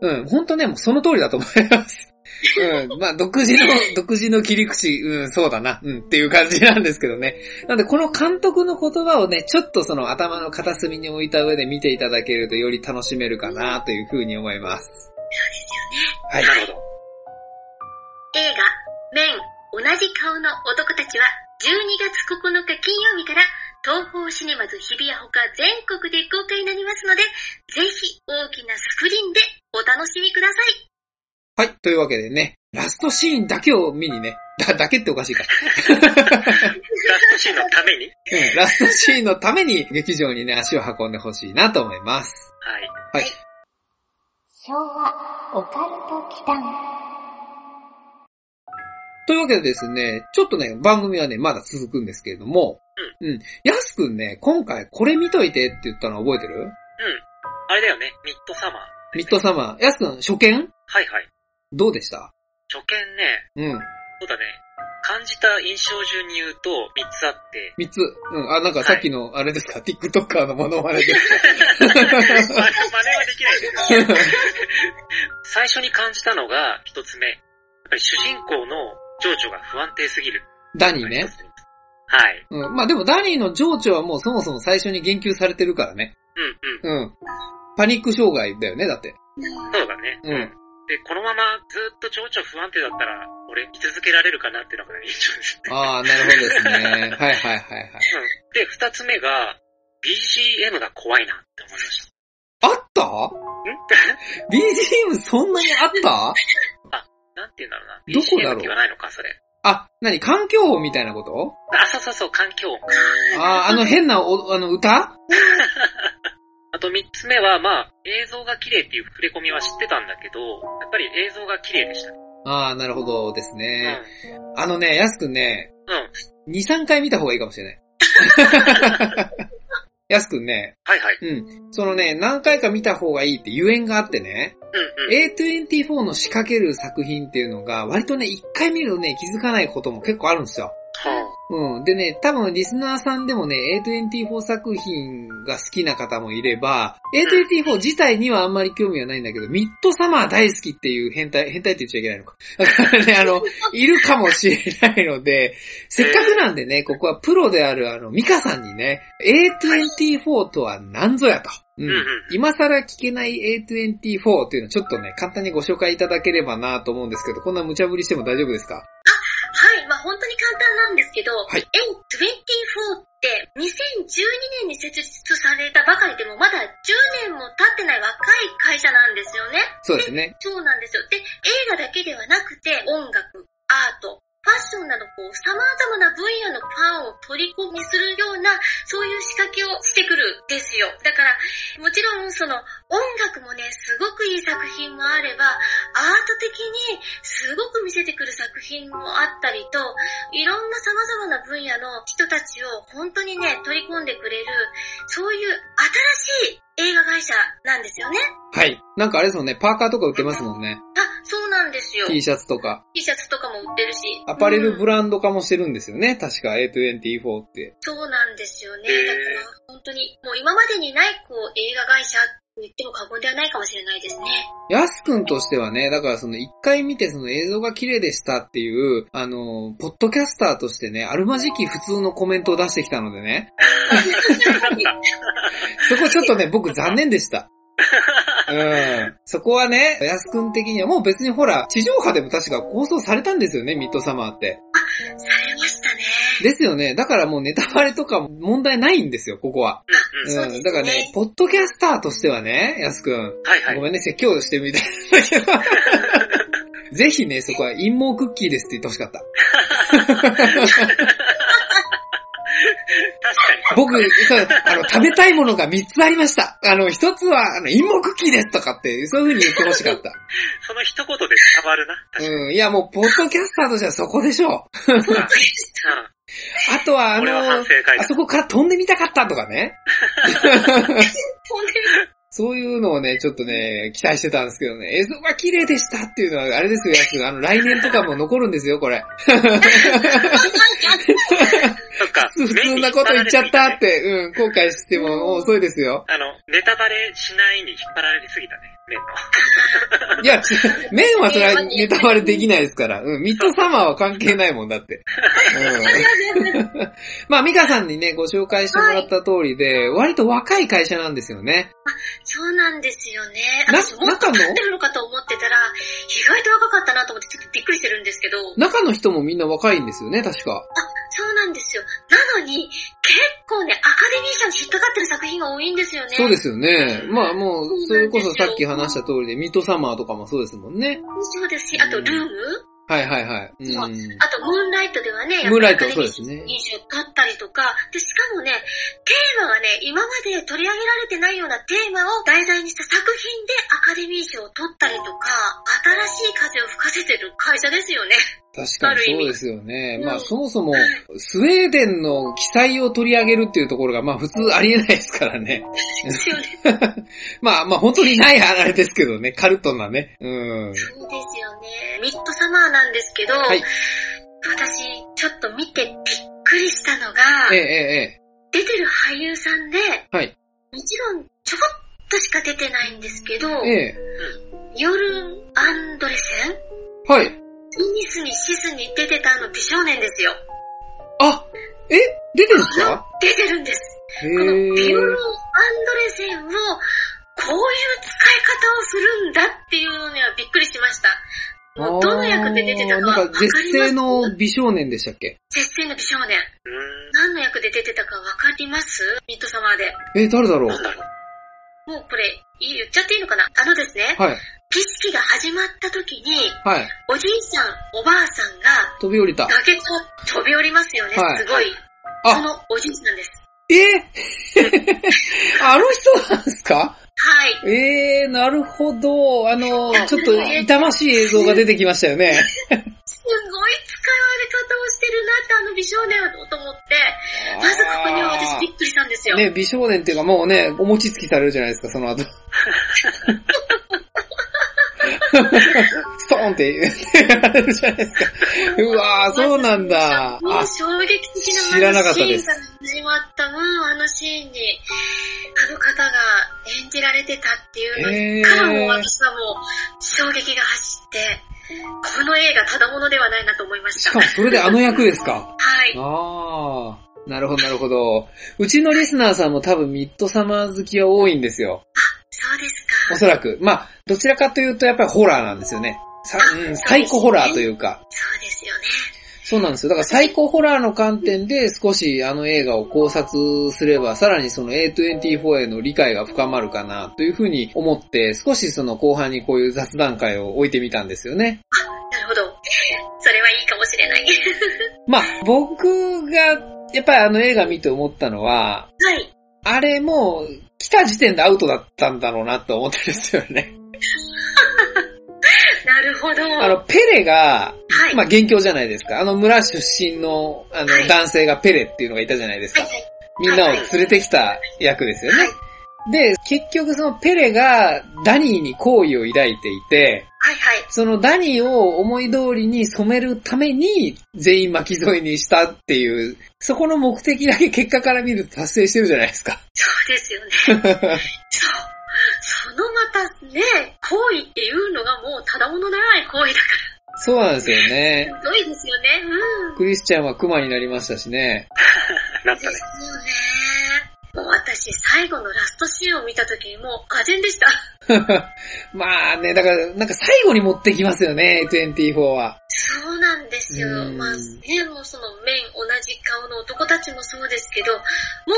Speaker 2: うん、ほんとね、もうその通りだと思います。うん、まあ、独自の、独自の切り口、うん、そうだな、うん、っていう感じなんですけどね。なんで、この監督の言葉をね、ちょっとその頭の片隅に置いた上で見ていただけるとより楽しめるかなというふうに思います。はい。
Speaker 3: なるほど。
Speaker 4: 映画、面、同じ顔の男たちは、12月9日金曜日から、東宝シネマズ日比谷ほか全国で公開になりますので、ぜひ大きなスクリーンでお楽しみください。
Speaker 2: はい。というわけでね、ラストシーンだけを見にね、 だ、だけっておかしい か。
Speaker 3: ラストシーンのために
Speaker 2: うん、ラストシーンのために劇場にね、足を運んでほしいなと思います。
Speaker 3: はい。
Speaker 2: はい。
Speaker 5: 昭和オカルト祈願
Speaker 2: というわけでですね、ちょっとね、番組はね、まだ続くんですけれども、うん。やすくんね、今回これ見といてって言ったの覚えてる
Speaker 3: うん。あれだよね、ミッドサマー。
Speaker 2: ミッドサマー。やすくん、初見
Speaker 3: はいはい。
Speaker 2: どうでした
Speaker 3: 初見ね、
Speaker 2: うん。
Speaker 3: そうだね、感じた印象順に言うと3つ あって、
Speaker 2: 三つ。うん。あ、なんかさっきの、あれですか、TikToker のものまねで。
Speaker 3: 真似真似はできないんだけど、 最初に感じたのが1つ目。やっぱり主人公の情緒が不安定すぎる。
Speaker 2: ダニーね。
Speaker 3: はい。
Speaker 2: うん。まあでもダニーの情緒はもうそもそも最初に言及されてるからね。
Speaker 3: うんう
Speaker 2: うん。パニック障害だよね、だって。
Speaker 3: ん。そうだね。
Speaker 2: うん。
Speaker 3: で、このままずっと情緒不安定だったら、俺見続けられるかなっていうのが印象ですね。
Speaker 2: ああ、なるほどですね。はいはいはいはい。
Speaker 3: うんで、2つ目が、BGM が怖いなって思いました。
Speaker 2: あった ?BGM そんなにあった
Speaker 3: なんて言うんだろうな。
Speaker 2: どこだろう
Speaker 3: BGM って言わないのか、それ。
Speaker 2: あ、なに環境音みたいなこと
Speaker 3: あ、そうそうそう、環境音。
Speaker 2: ああ、あの変なお、あの歌
Speaker 3: あと3つ目は、まあ、映像が綺麗っていう触れ込みは知ってたんだけど、やっぱり映像が綺麗でしたね。
Speaker 2: ああ、なるほどです
Speaker 3: うん。
Speaker 2: ね。あのね、やすくんね、
Speaker 3: うん。
Speaker 2: 2、3回見た方がいいかもしれ ない。やすくんね、
Speaker 3: はいはい。
Speaker 2: うん。そのね、何回か見た方がいいってゆえんがあってね、
Speaker 3: うんうん。
Speaker 2: A24 の仕掛ける作品っていうのが、割とね、1回見るとね、気づかないことも結構あるんですよ。
Speaker 3: は
Speaker 2: うん。でね、多分リスナーさんでもね、A24 作品が好きな方もいれば、A24 自体にはあんまり興味はないんだけど、ミッドサマー大好きっていう変態、変態って言っちゃいけないのか。 だからね、あ の、いるかもしれないので、せっかくなんでね、ここはプロであるあの、ミカさんにね、A24 とは何ぞやと。うん
Speaker 3: うんうん
Speaker 2: 今更聞けない A24 っていうのをちょっとね、簡単にご紹介いただければなと思うんですけど、こんな無茶ぶりしても大丈夫ですか
Speaker 4: はい、まあ本当に簡単なんですけど、
Speaker 2: はい
Speaker 4: N24 って2012年に設立されたばかりでもまだ10年も経ってない若い会社なんですよね。
Speaker 2: そうですね。
Speaker 4: そうなんですよ。で、映画だけではなくて、音楽、アート、ファッションなど、こう、様々な分野のファンを取り込みするような、そういう仕掛けをしてくるんですよ。だから、もちろん、その、音楽もね、すごくいい作品もあれば、アート的にすごく見せてくる作品もあったりと、いろんな様々な分野の人たちを本当にね、取り込んでくれる、そういう新しい映画会社なんですよね。
Speaker 2: はい。なんかあれですもんね、パーカーとか売ってますもんね。
Speaker 4: あ、そうなんですよ。
Speaker 2: T シャツとか。
Speaker 4: T シャツとかも売ってるし。
Speaker 2: アパレルブ
Speaker 4: ラ、
Speaker 2: ランド化もしてるんですよね。確か A24 って。
Speaker 4: そうなんですよね。
Speaker 3: へー
Speaker 4: だから、本当に、もう今までにない、こう、映画会社と言っても過言ではないかもしれないですね。
Speaker 2: ヤスくんとしてはね、だからその一回見てその映像が綺麗でしたっていう、あの、ポッドキャスターとしてね、あるまじき普通のコメントを出してきたのでね、そこちょっと ね、僕残念でした。うん。そこはね、ヤスくん的にはもう別にほら、地上波でも確か放送されたんですよね、ミッドサマーって。
Speaker 4: されましたね。
Speaker 2: ですよね。だからもうネタバレとかも問題ないんですよ、ここは。
Speaker 3: うんうん。
Speaker 4: そうですね
Speaker 2: だからね、ポッドキャスターとしてはね、やすくん。
Speaker 3: はいはい。
Speaker 2: ご
Speaker 3: うん。
Speaker 2: めんね、説教してみたいだけど。ぜひね、そこは陰謀クッキーですって言ってほしかった。
Speaker 3: 確かに。
Speaker 2: 僕、そうあの、食べたいものが3つありました。あの、1つは、あの、陰謀クッキーですとかって、そういう風に言ってほしかった。
Speaker 3: その一言で伝わるな。確
Speaker 2: うん、いやもう、ポッドキャスターとしてはそこでしょう。あ
Speaker 3: か
Speaker 2: とは、あ
Speaker 3: に。うん。俺は
Speaker 2: の
Speaker 3: 反省会
Speaker 2: あ
Speaker 3: だ。
Speaker 2: そこから飛んでみたかったとかね。
Speaker 4: 本当に。
Speaker 2: そういうのをね、ちょっとね、期待してたんですけどね、映像が綺麗でしたっていうのは、あれですよ、やつ。あの、来年とかも残るんですよ、これ。
Speaker 3: そっか。
Speaker 2: 普通なこと言っちゃったって、 うん、後悔してももう遅いですよ。
Speaker 3: あの、ネタバレしないに引っ張られすぎたね、麺の。
Speaker 2: い や、ち麺はそれはネタバレできないですから。うん、ミッドサマーは関係ないもんだって。うん。まあ、ミカさんにね、ご紹介してもらった通りで、割と若い会社なんですよね。
Speaker 4: そうなんですよね。
Speaker 2: な
Speaker 4: 私、もっ
Speaker 2: 中
Speaker 4: と
Speaker 2: の
Speaker 4: 経ってるのかと思ってたら、意外と若かったなと思ってちょっとびっくりしてるんですけど、
Speaker 2: 中の人もみんな若いんですよね、確か。
Speaker 4: そうなんですよ。なのに、結構ね、アカデミー賞に引っかかってる作品が多いんですよね。
Speaker 2: そうですよね。まあもう、それこそさっき話した通りで、ミッドサマーとかもそうですもんね。
Speaker 4: そうですし、あと、ルーム
Speaker 2: はいはいはい。うん。
Speaker 4: そうあと、ムーンライトではね、やっぱり
Speaker 2: ムーンライト
Speaker 4: アカデミー
Speaker 2: そうですね
Speaker 4: に20勝ったりとか、で、しかもね、テーマがね、今まで取り上げられてないようなテーマを題材にした作品でアカデミー賞を取ったりとか、新しい風を吹かせてる会社で すよね。
Speaker 2: 確かにそうですよね。まあそもそも、スウェーデンの記載を取り上げるっていうところが、まあ普通ありえないですからね。
Speaker 4: ですよね。
Speaker 2: まあまあ本当にないあれですけどね、カルトンなね。うん。
Speaker 4: そうですよね。ミッドサマーなんですけど、
Speaker 2: はい
Speaker 4: 私、ちょっと見てびっくりしたのが、
Speaker 2: えええええ
Speaker 4: 出てる俳優さんで、
Speaker 2: えはい。
Speaker 4: もちろんちょこっとしか出てないんですけど、
Speaker 2: ええ
Speaker 4: ヨルン・アンドレセン
Speaker 2: はい。
Speaker 4: イニスにシスに出てたあの美少年ですよ。
Speaker 2: あえ出てるんですか
Speaker 4: 出てるんです。
Speaker 2: へ
Speaker 4: このビヨ
Speaker 2: ー。
Speaker 4: ルン・アンドレセンを、こういう使い方をするんだっていうのにはびっくりしました。もうどの役で出てたかわ
Speaker 2: あー
Speaker 4: か
Speaker 2: な
Speaker 4: り
Speaker 2: ん
Speaker 4: ま
Speaker 2: か
Speaker 4: す
Speaker 2: 絶世の美少年でしたっけ
Speaker 4: 絶世の美少年。
Speaker 3: うー。
Speaker 4: 何の役で出てたかわかりますミッドサマーで。
Speaker 2: え、誰だろうん
Speaker 3: なんだろう。
Speaker 4: もうこれ、いい言っちゃっていいのかなあのですね、
Speaker 2: はい。
Speaker 4: 儀式が始まった時に、
Speaker 2: はい。
Speaker 4: おじいさん、おばあさんが、
Speaker 2: 飛び降りた。
Speaker 4: 崖から飛び降りますよね、
Speaker 2: はい
Speaker 4: すごい。
Speaker 2: あ
Speaker 4: そのおじいさんです。
Speaker 2: え あの人なんですか
Speaker 4: はい。
Speaker 2: ええー、なるほど。あの、ちょっと痛ましい映像が出てきましたよね。
Speaker 4: すごい使われ方をしてるなってあの美少年はと思って、 まずここには私びっくりしたんですよ。
Speaker 2: ね、美少年っていうかもうね、お餅つきされるじゃないですか、その後。ストーンって言ってやられるじゃないですか。うわー、そうなんだ。
Speaker 4: も
Speaker 2: あ
Speaker 4: う、衝撃的な
Speaker 2: 知らなか
Speaker 4: あ
Speaker 2: っ
Speaker 4: の
Speaker 2: た
Speaker 4: シ
Speaker 2: で
Speaker 4: ーン
Speaker 2: す
Speaker 4: が始まった、うん、あのシーンに、あの方が演じられてたっていうの
Speaker 2: へー
Speaker 4: に、からもう私はもう衝撃が走って、この映画ただものではないなと思いまし。
Speaker 2: したかもそれであの役ですか。
Speaker 4: はい。
Speaker 2: あー、なるほど、なるほど。うちのリスナーさんも多分ミッドサマー好きは多いんですよ。
Speaker 4: そうです
Speaker 2: お
Speaker 4: か。
Speaker 2: そらく。まあ、どちらかというとやっぱりホラーなんですよね。さうん、サイコホラーというか。
Speaker 4: そうですよね。
Speaker 2: そうなんですよ。だから最高ホラーの観点で少しあの映画を考察すれば、さらにその A24 への理解が深まるかなというふうに思って、少しその後半にこういう雑談会を置いてみたんですよね。
Speaker 4: なるほど。それはいいかもしれない。
Speaker 2: まあ、僕がやっぱりあの映画見て思ったのは、
Speaker 4: はい。
Speaker 2: あれもう来た時点でアウトだったんだろうなと思ったんですよね。
Speaker 4: なるほど。
Speaker 2: あの、ペレが、
Speaker 4: はい。
Speaker 2: まあ、元凶じゃないですか。あの村出身の、あ
Speaker 4: は
Speaker 2: の、
Speaker 4: い
Speaker 2: 男性がペレっていうのがいたじゃないです
Speaker 4: は
Speaker 2: か
Speaker 4: い。はい。
Speaker 2: みんなを連れてきた役ですよね。で、結局そのペレがダニーに好意を抱いていて、
Speaker 4: はいはい。
Speaker 2: そのダニーを思い通りに染めるために全員巻き添えにしたっていう、そこの目的だけ結果から見ると達成してるじゃないですか。
Speaker 4: そうですよ ね。そう。そのまたね、行為っていうのがもうただものならない行為だか
Speaker 2: そうなんですよね。
Speaker 4: ら、すごいですよね。うん。
Speaker 2: クリスチャンはクマになりましたしね。
Speaker 3: なっ
Speaker 4: で
Speaker 3: たね。
Speaker 4: すよね。もう私、最後のラストシーンを見た時にもう、あぜんでした。
Speaker 2: まあね、だからなんか最後に持ってきますよね、24は。
Speaker 4: そうなんですよ
Speaker 2: う。ん
Speaker 4: まあ、ね、もうその面同じ顔の男たちもそうですけど、も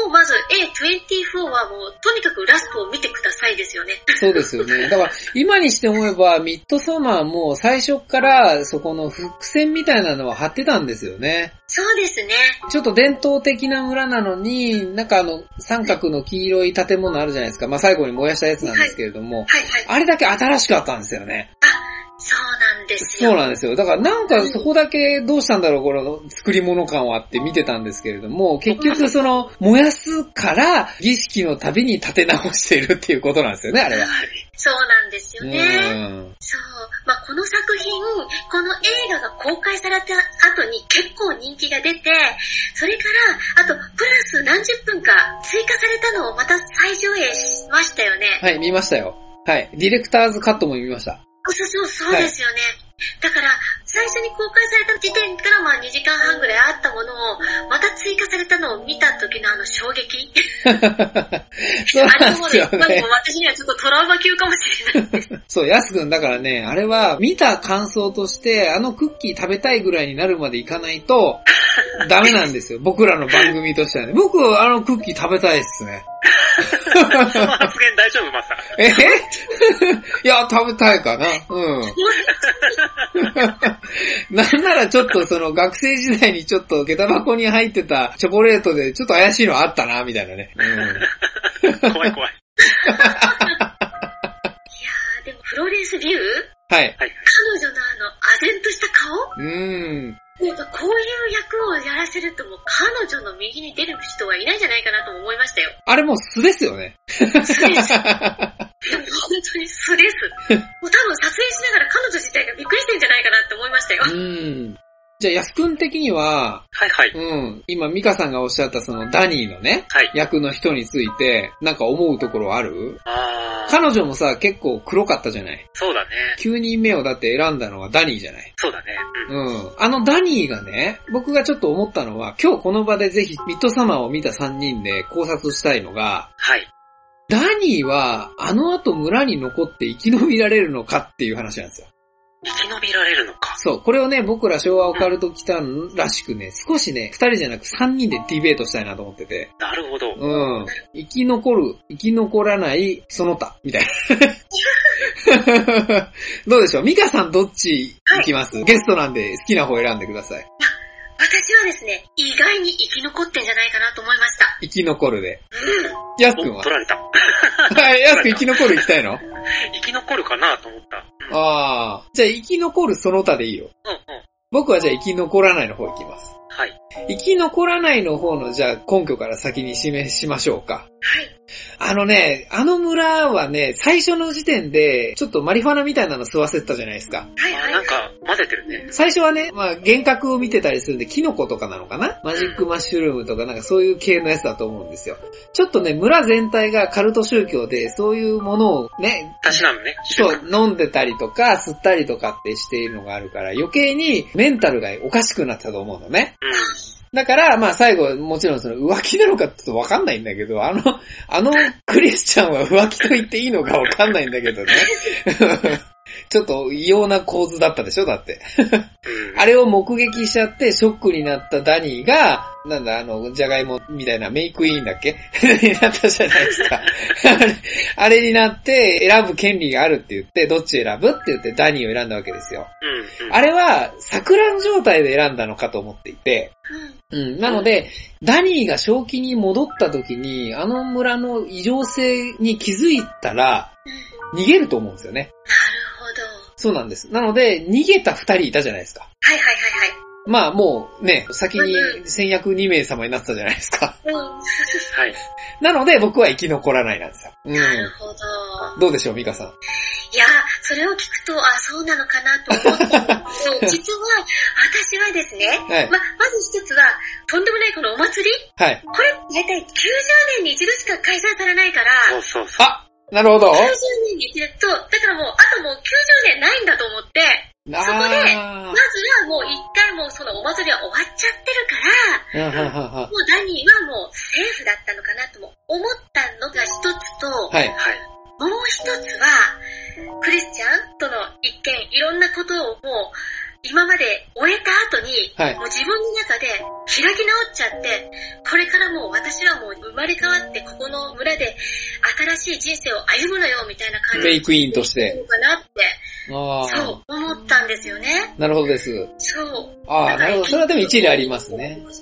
Speaker 4: うまず A24 はもう、とにかくラストを見てくださいですよね。
Speaker 2: そうですよね。だから、今にして思えば、ミッドサマーも最初から、そこの伏線みたいなのは張ってたんですよね。
Speaker 4: そうですね。
Speaker 2: ちょっと伝統的な村なのに、なんかあの、三角の黄色い建物あるじゃないですか。まあ、最後に燃やしたやつなんですけれども、
Speaker 4: はいはい。
Speaker 2: あれだけ新しかったんですよね。
Speaker 4: そうなんでですよ。
Speaker 2: そうなんですよ。だからなんかそこだけどうしたんだろう、この作り物感はあって見てたんですけれども、結局その燃やすから儀式のたびに立て直しているっていうことなんですよね、あれは。
Speaker 4: そうなんですよ
Speaker 2: う
Speaker 4: ね。
Speaker 2: ん。
Speaker 4: そう。まあ、この作品、この映画が公開された後に結構人気が出て、それから、あと、プラス何十分か追加されたのをまた再上映しましたよね。
Speaker 2: はい、見ましたよ。はい。ディレクターズカットも見ました。
Speaker 4: そうそう、そうですよね。だから、最初に公開された時点からまあ2時間半ぐらいあったものを、また追加されたのを見た時のあの衝 撃。
Speaker 2: そうなんで
Speaker 4: あれも
Speaker 2: す
Speaker 4: ね、
Speaker 2: よ
Speaker 4: まあで
Speaker 2: ね
Speaker 4: も。私にはちょっとトラウマ級かもしれない。
Speaker 2: そう、安くんだからね、あれは見た感想として、あのクッキー食べたいぐらいになるまでいかない と、ダメなんですよ。僕らの番組としてはね。僕、あのクッキー食べたいっすね。
Speaker 3: その発言大丈夫マサ。
Speaker 2: え いや、食べたいかな。 うん。なんならちょっとその学生時代にちょっと下駄箱に入ってたチョコレートでちょっと怪しいのあったな、みたいなね。う
Speaker 3: 怖い怖い。
Speaker 4: いやー、でもフローレンス・リュー
Speaker 2: ん。はい。
Speaker 3: はい。
Speaker 4: 彼女のあの、唖然とした顔
Speaker 2: うーん。
Speaker 4: なんかこういう役をやらせるともう彼女の右に出る人はいないんじゃないかなとも思いま したよ。
Speaker 2: あれもう素ですよね。
Speaker 4: 素です。でも本当に素です。 もう多分撮影しながら彼女自体がびっくりしてんじゃないかなって思いましたよ
Speaker 2: う。ーん。じゃあ、安くん的には、
Speaker 3: はいはい。
Speaker 2: うん。今、ミカさんがおっしゃったそのダニーのね、
Speaker 3: はい。
Speaker 2: 役の人について、なんか思うところある
Speaker 3: あー、
Speaker 2: 彼女もさ、結構黒かったじゃない
Speaker 3: そうだね。
Speaker 2: 9人目をだって選んだのはダニーじゃない
Speaker 3: そうだね。うん。
Speaker 2: うん。あのダニーがね、僕がちょっと思ったのは、今日この場でぜひミッドサマーを見た3人で考察したいのが、
Speaker 3: はい。
Speaker 2: ダニーはあの後村に残って生き延びられるのかっていう話なんですよ。
Speaker 3: 生き延びられるのか。
Speaker 2: そう、これをね、僕ら昭和オカルト来たらしくね、少しね、2人じゃなく3人でディベートしたいなと思ってて。
Speaker 3: なるほど。
Speaker 2: うん。生き残る、生き残らない、 その他、みたいな。どうでしょうミカさんどっち行きます、ゲストなんで好きな方選んでください。
Speaker 4: 私はですね、意外に生き残ってんじゃないかなと思いました。
Speaker 2: 生き残るで。
Speaker 4: うん。
Speaker 2: ヤスくん
Speaker 3: お、
Speaker 2: は
Speaker 3: 取られた。
Speaker 2: はい、ヤスくん生き残る行きたいの
Speaker 3: 生き残るかなと思った。うん。
Speaker 2: ああ。じゃあ生き残るその他でいいよ。
Speaker 3: うんうん。
Speaker 2: 僕はじゃあ生き残らないの方行きます。
Speaker 3: はい。
Speaker 2: 生き残らないの方のじゃあ根拠から先に示しましょうか。
Speaker 4: はい。
Speaker 2: あのね、あの村はね、最初の時点でちょっとマリファナみたいなの吸わせてたじゃないですか。
Speaker 4: はい
Speaker 3: あー
Speaker 4: はい。
Speaker 3: なんか、混ぜてるね。
Speaker 2: 最初はね、まあ幻覚を見てたりするんで、キノコとかなのかなマジックマッシュルームとかなんかそういう系のやつだと思うんですよ。ちょっとね、村全体がカルト宗教で、そういうものをね、
Speaker 3: たしなむね。
Speaker 2: そう、飲んでたりとか、吸ったりとかってしているのがあるから、余計にメンタルがおかしくなったと思うのね。
Speaker 3: うん。
Speaker 2: だから、まあ最後、もちろんその浮気なのかちょっとわかんないんだけど、あの、あのクリスチャンは浮気と言っていいのかわかんないんだけどね。 ちょっと異様な構図だったでしょだって。
Speaker 3: うん。
Speaker 2: あれを目撃しちゃってショックになったダニーが、なんだ、あの、ジャガイモみたいなメイクインだっけ になったじゃないですか。 あれあれになって選ぶ権利があるって言って、どっち選ぶって言ってダニーを選んだわけですよ。
Speaker 3: うん。うん。
Speaker 2: あれは、錯乱状態で選んだのかと思っていて、
Speaker 4: うん
Speaker 2: うん。なので、ダニーが正気に戻った時に、あの村の異常性に気づいたら、逃げると思うんですよね。
Speaker 4: なるほど。
Speaker 2: そうなんです。なので、逃げた二人いたじゃないですか。
Speaker 4: はいはいはいはい。
Speaker 2: まあもうね、先に戦役2名様になってたじゃないですか。
Speaker 4: うん。
Speaker 3: はい。
Speaker 2: なので僕は生き残らないなんですよ。
Speaker 4: なる
Speaker 2: う
Speaker 4: ほど。
Speaker 2: ん。どうでしょう、ミカさん。
Speaker 4: いや、それを聞くと、あ、そうなのかなと 思ったんですけど、実は、私はですね、
Speaker 2: はい。
Speaker 4: ま、まず一つは、とんでもないこのお祭り
Speaker 2: はい。
Speaker 4: これ、大体90年に一度しか開催されないから、
Speaker 3: そ
Speaker 4: 90
Speaker 3: うそうそう。
Speaker 2: あなるほど。
Speaker 4: 年に一度と、だからもう、あともう90年ないんだと思って、
Speaker 2: あ
Speaker 4: まずはもう一回もうそのお祭りは終わっちゃってるから、
Speaker 2: ーうんうんうんうん
Speaker 4: もうダニーはもうセーフだったのかなとも思ったのが一つと、
Speaker 2: はい。
Speaker 3: はい。
Speaker 4: もう一つは、クリスチャンとの一見いろんなことをもう今まで終えた後に、
Speaker 2: はい
Speaker 4: もう自分の中で開き直っちゃって、これからもう私はもう生まれ変わってここの村で新しい人生を歩むのよみたいな感じ
Speaker 2: メイクインとして。
Speaker 4: のかなって、
Speaker 2: あ
Speaker 4: そう
Speaker 2: あ。
Speaker 4: 思ったんですよね。
Speaker 2: なるほどです。
Speaker 4: そう。
Speaker 2: ああ、なるほど。それはでも一理ありますね。
Speaker 4: うん。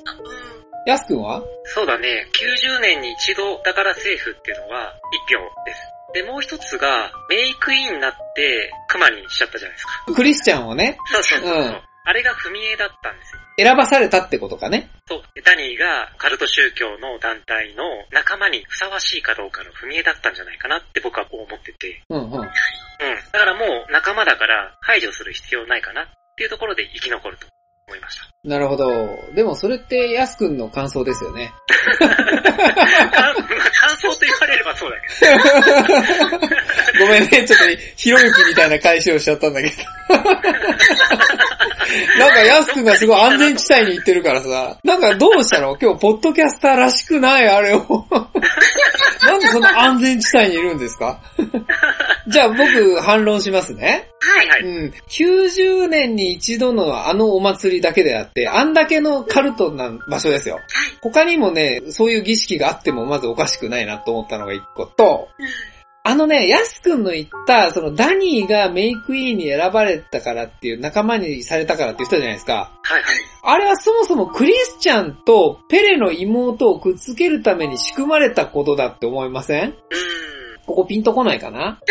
Speaker 2: ヤスくんは
Speaker 3: そうだね、90年に一度だから政府っていうのは一票です。で、もう一つが、メイクインになって、熊にしちゃったじゃないですか。
Speaker 2: クリスチャンをね、
Speaker 3: そうそうそうそう。
Speaker 2: うん
Speaker 3: あれが踏み絵だったんですよ。
Speaker 2: 選ばされたってことかね。
Speaker 3: そう。でダニーがカルト宗教の団体の仲間にふさわしいかどうかの踏み絵だったんじゃないかなって僕はこう思ってて。
Speaker 2: うんうん。
Speaker 3: うん。だからもう仲間だから排除する必要ないかなっていうところで生き残ると思いました。
Speaker 2: なるほど。でもそれってヤスくんの感想ですよね。
Speaker 3: 感感想と言われればそうだけど。
Speaker 2: ごめんね、ちょっと、ひろゆきみたいな返しをしちゃったんだけど。 なんか、やすくんがすごい安全地帯に行ってるからさ、なんかどうしたの今日、ポッドキャスターらしくない、あれを。 なんでそんな安全地帯にいるんですか じゃあ僕、反論しますね。
Speaker 3: はいは
Speaker 2: う
Speaker 3: い。
Speaker 2: ん。90年に一度のあのお祭りだけであって、あんだけのカルトな場所ですよ。他にもね、そういう儀式があってもまずおかしくないなと思ったのが一個と、あのね、ヤスくんの言った、そのダニーがメイクインに選ばれたからっていう、仲間にされたからって言ってたじゃないですか。
Speaker 3: はいはい。
Speaker 2: あれはそもそもクリスチャンとペレの妹をくっつけるために仕組まれたことだって思いません
Speaker 3: うーん。
Speaker 2: ここピンとこないかな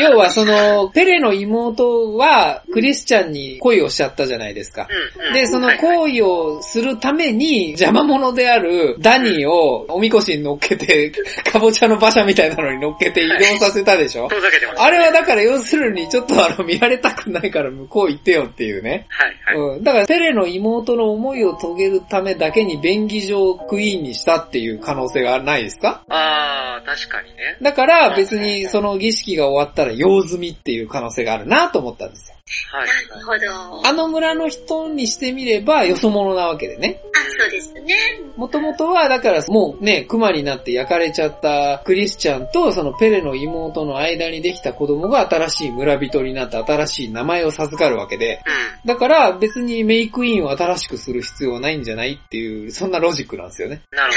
Speaker 2: 要はその、ペレの妹はクリスチャンに恋をしちゃったじゃないですか。
Speaker 3: うん、うん。
Speaker 2: で、その
Speaker 3: はいはい
Speaker 2: 行為をするために邪魔者であるダニーをおみこしに乗っけて、 かぼちゃの馬車みたいなのに乗っけて移動させたでしょ
Speaker 3: 遠ざけてます。
Speaker 2: あれはだから要するにちょっとあの見られたくないから向こう行ってよっていうね。
Speaker 3: はいはい。
Speaker 2: うん。だからペレの妹の思いを遂げるためだけに便宜上クイーンにしたっていう可能性がないですか
Speaker 3: あー、確かにね。
Speaker 2: だから別にその儀式が終わったら用済みっていう可能性があるなと思ったんですよ。
Speaker 3: はい。
Speaker 4: なるほど。
Speaker 2: あの村の人にしてみればよそ者なわけでね。
Speaker 4: あ、そうですね。
Speaker 2: もともとは、だからもうね、熊になって焼かれちゃったクリスチャンとそのペレの妹の間にできた子供が新しい村人になって新しい名前を授かるわけで、
Speaker 3: うん。
Speaker 2: だから別にメイクインを新しくする必要はないんじゃないっていう、そんなロジックなんですよね。
Speaker 3: なる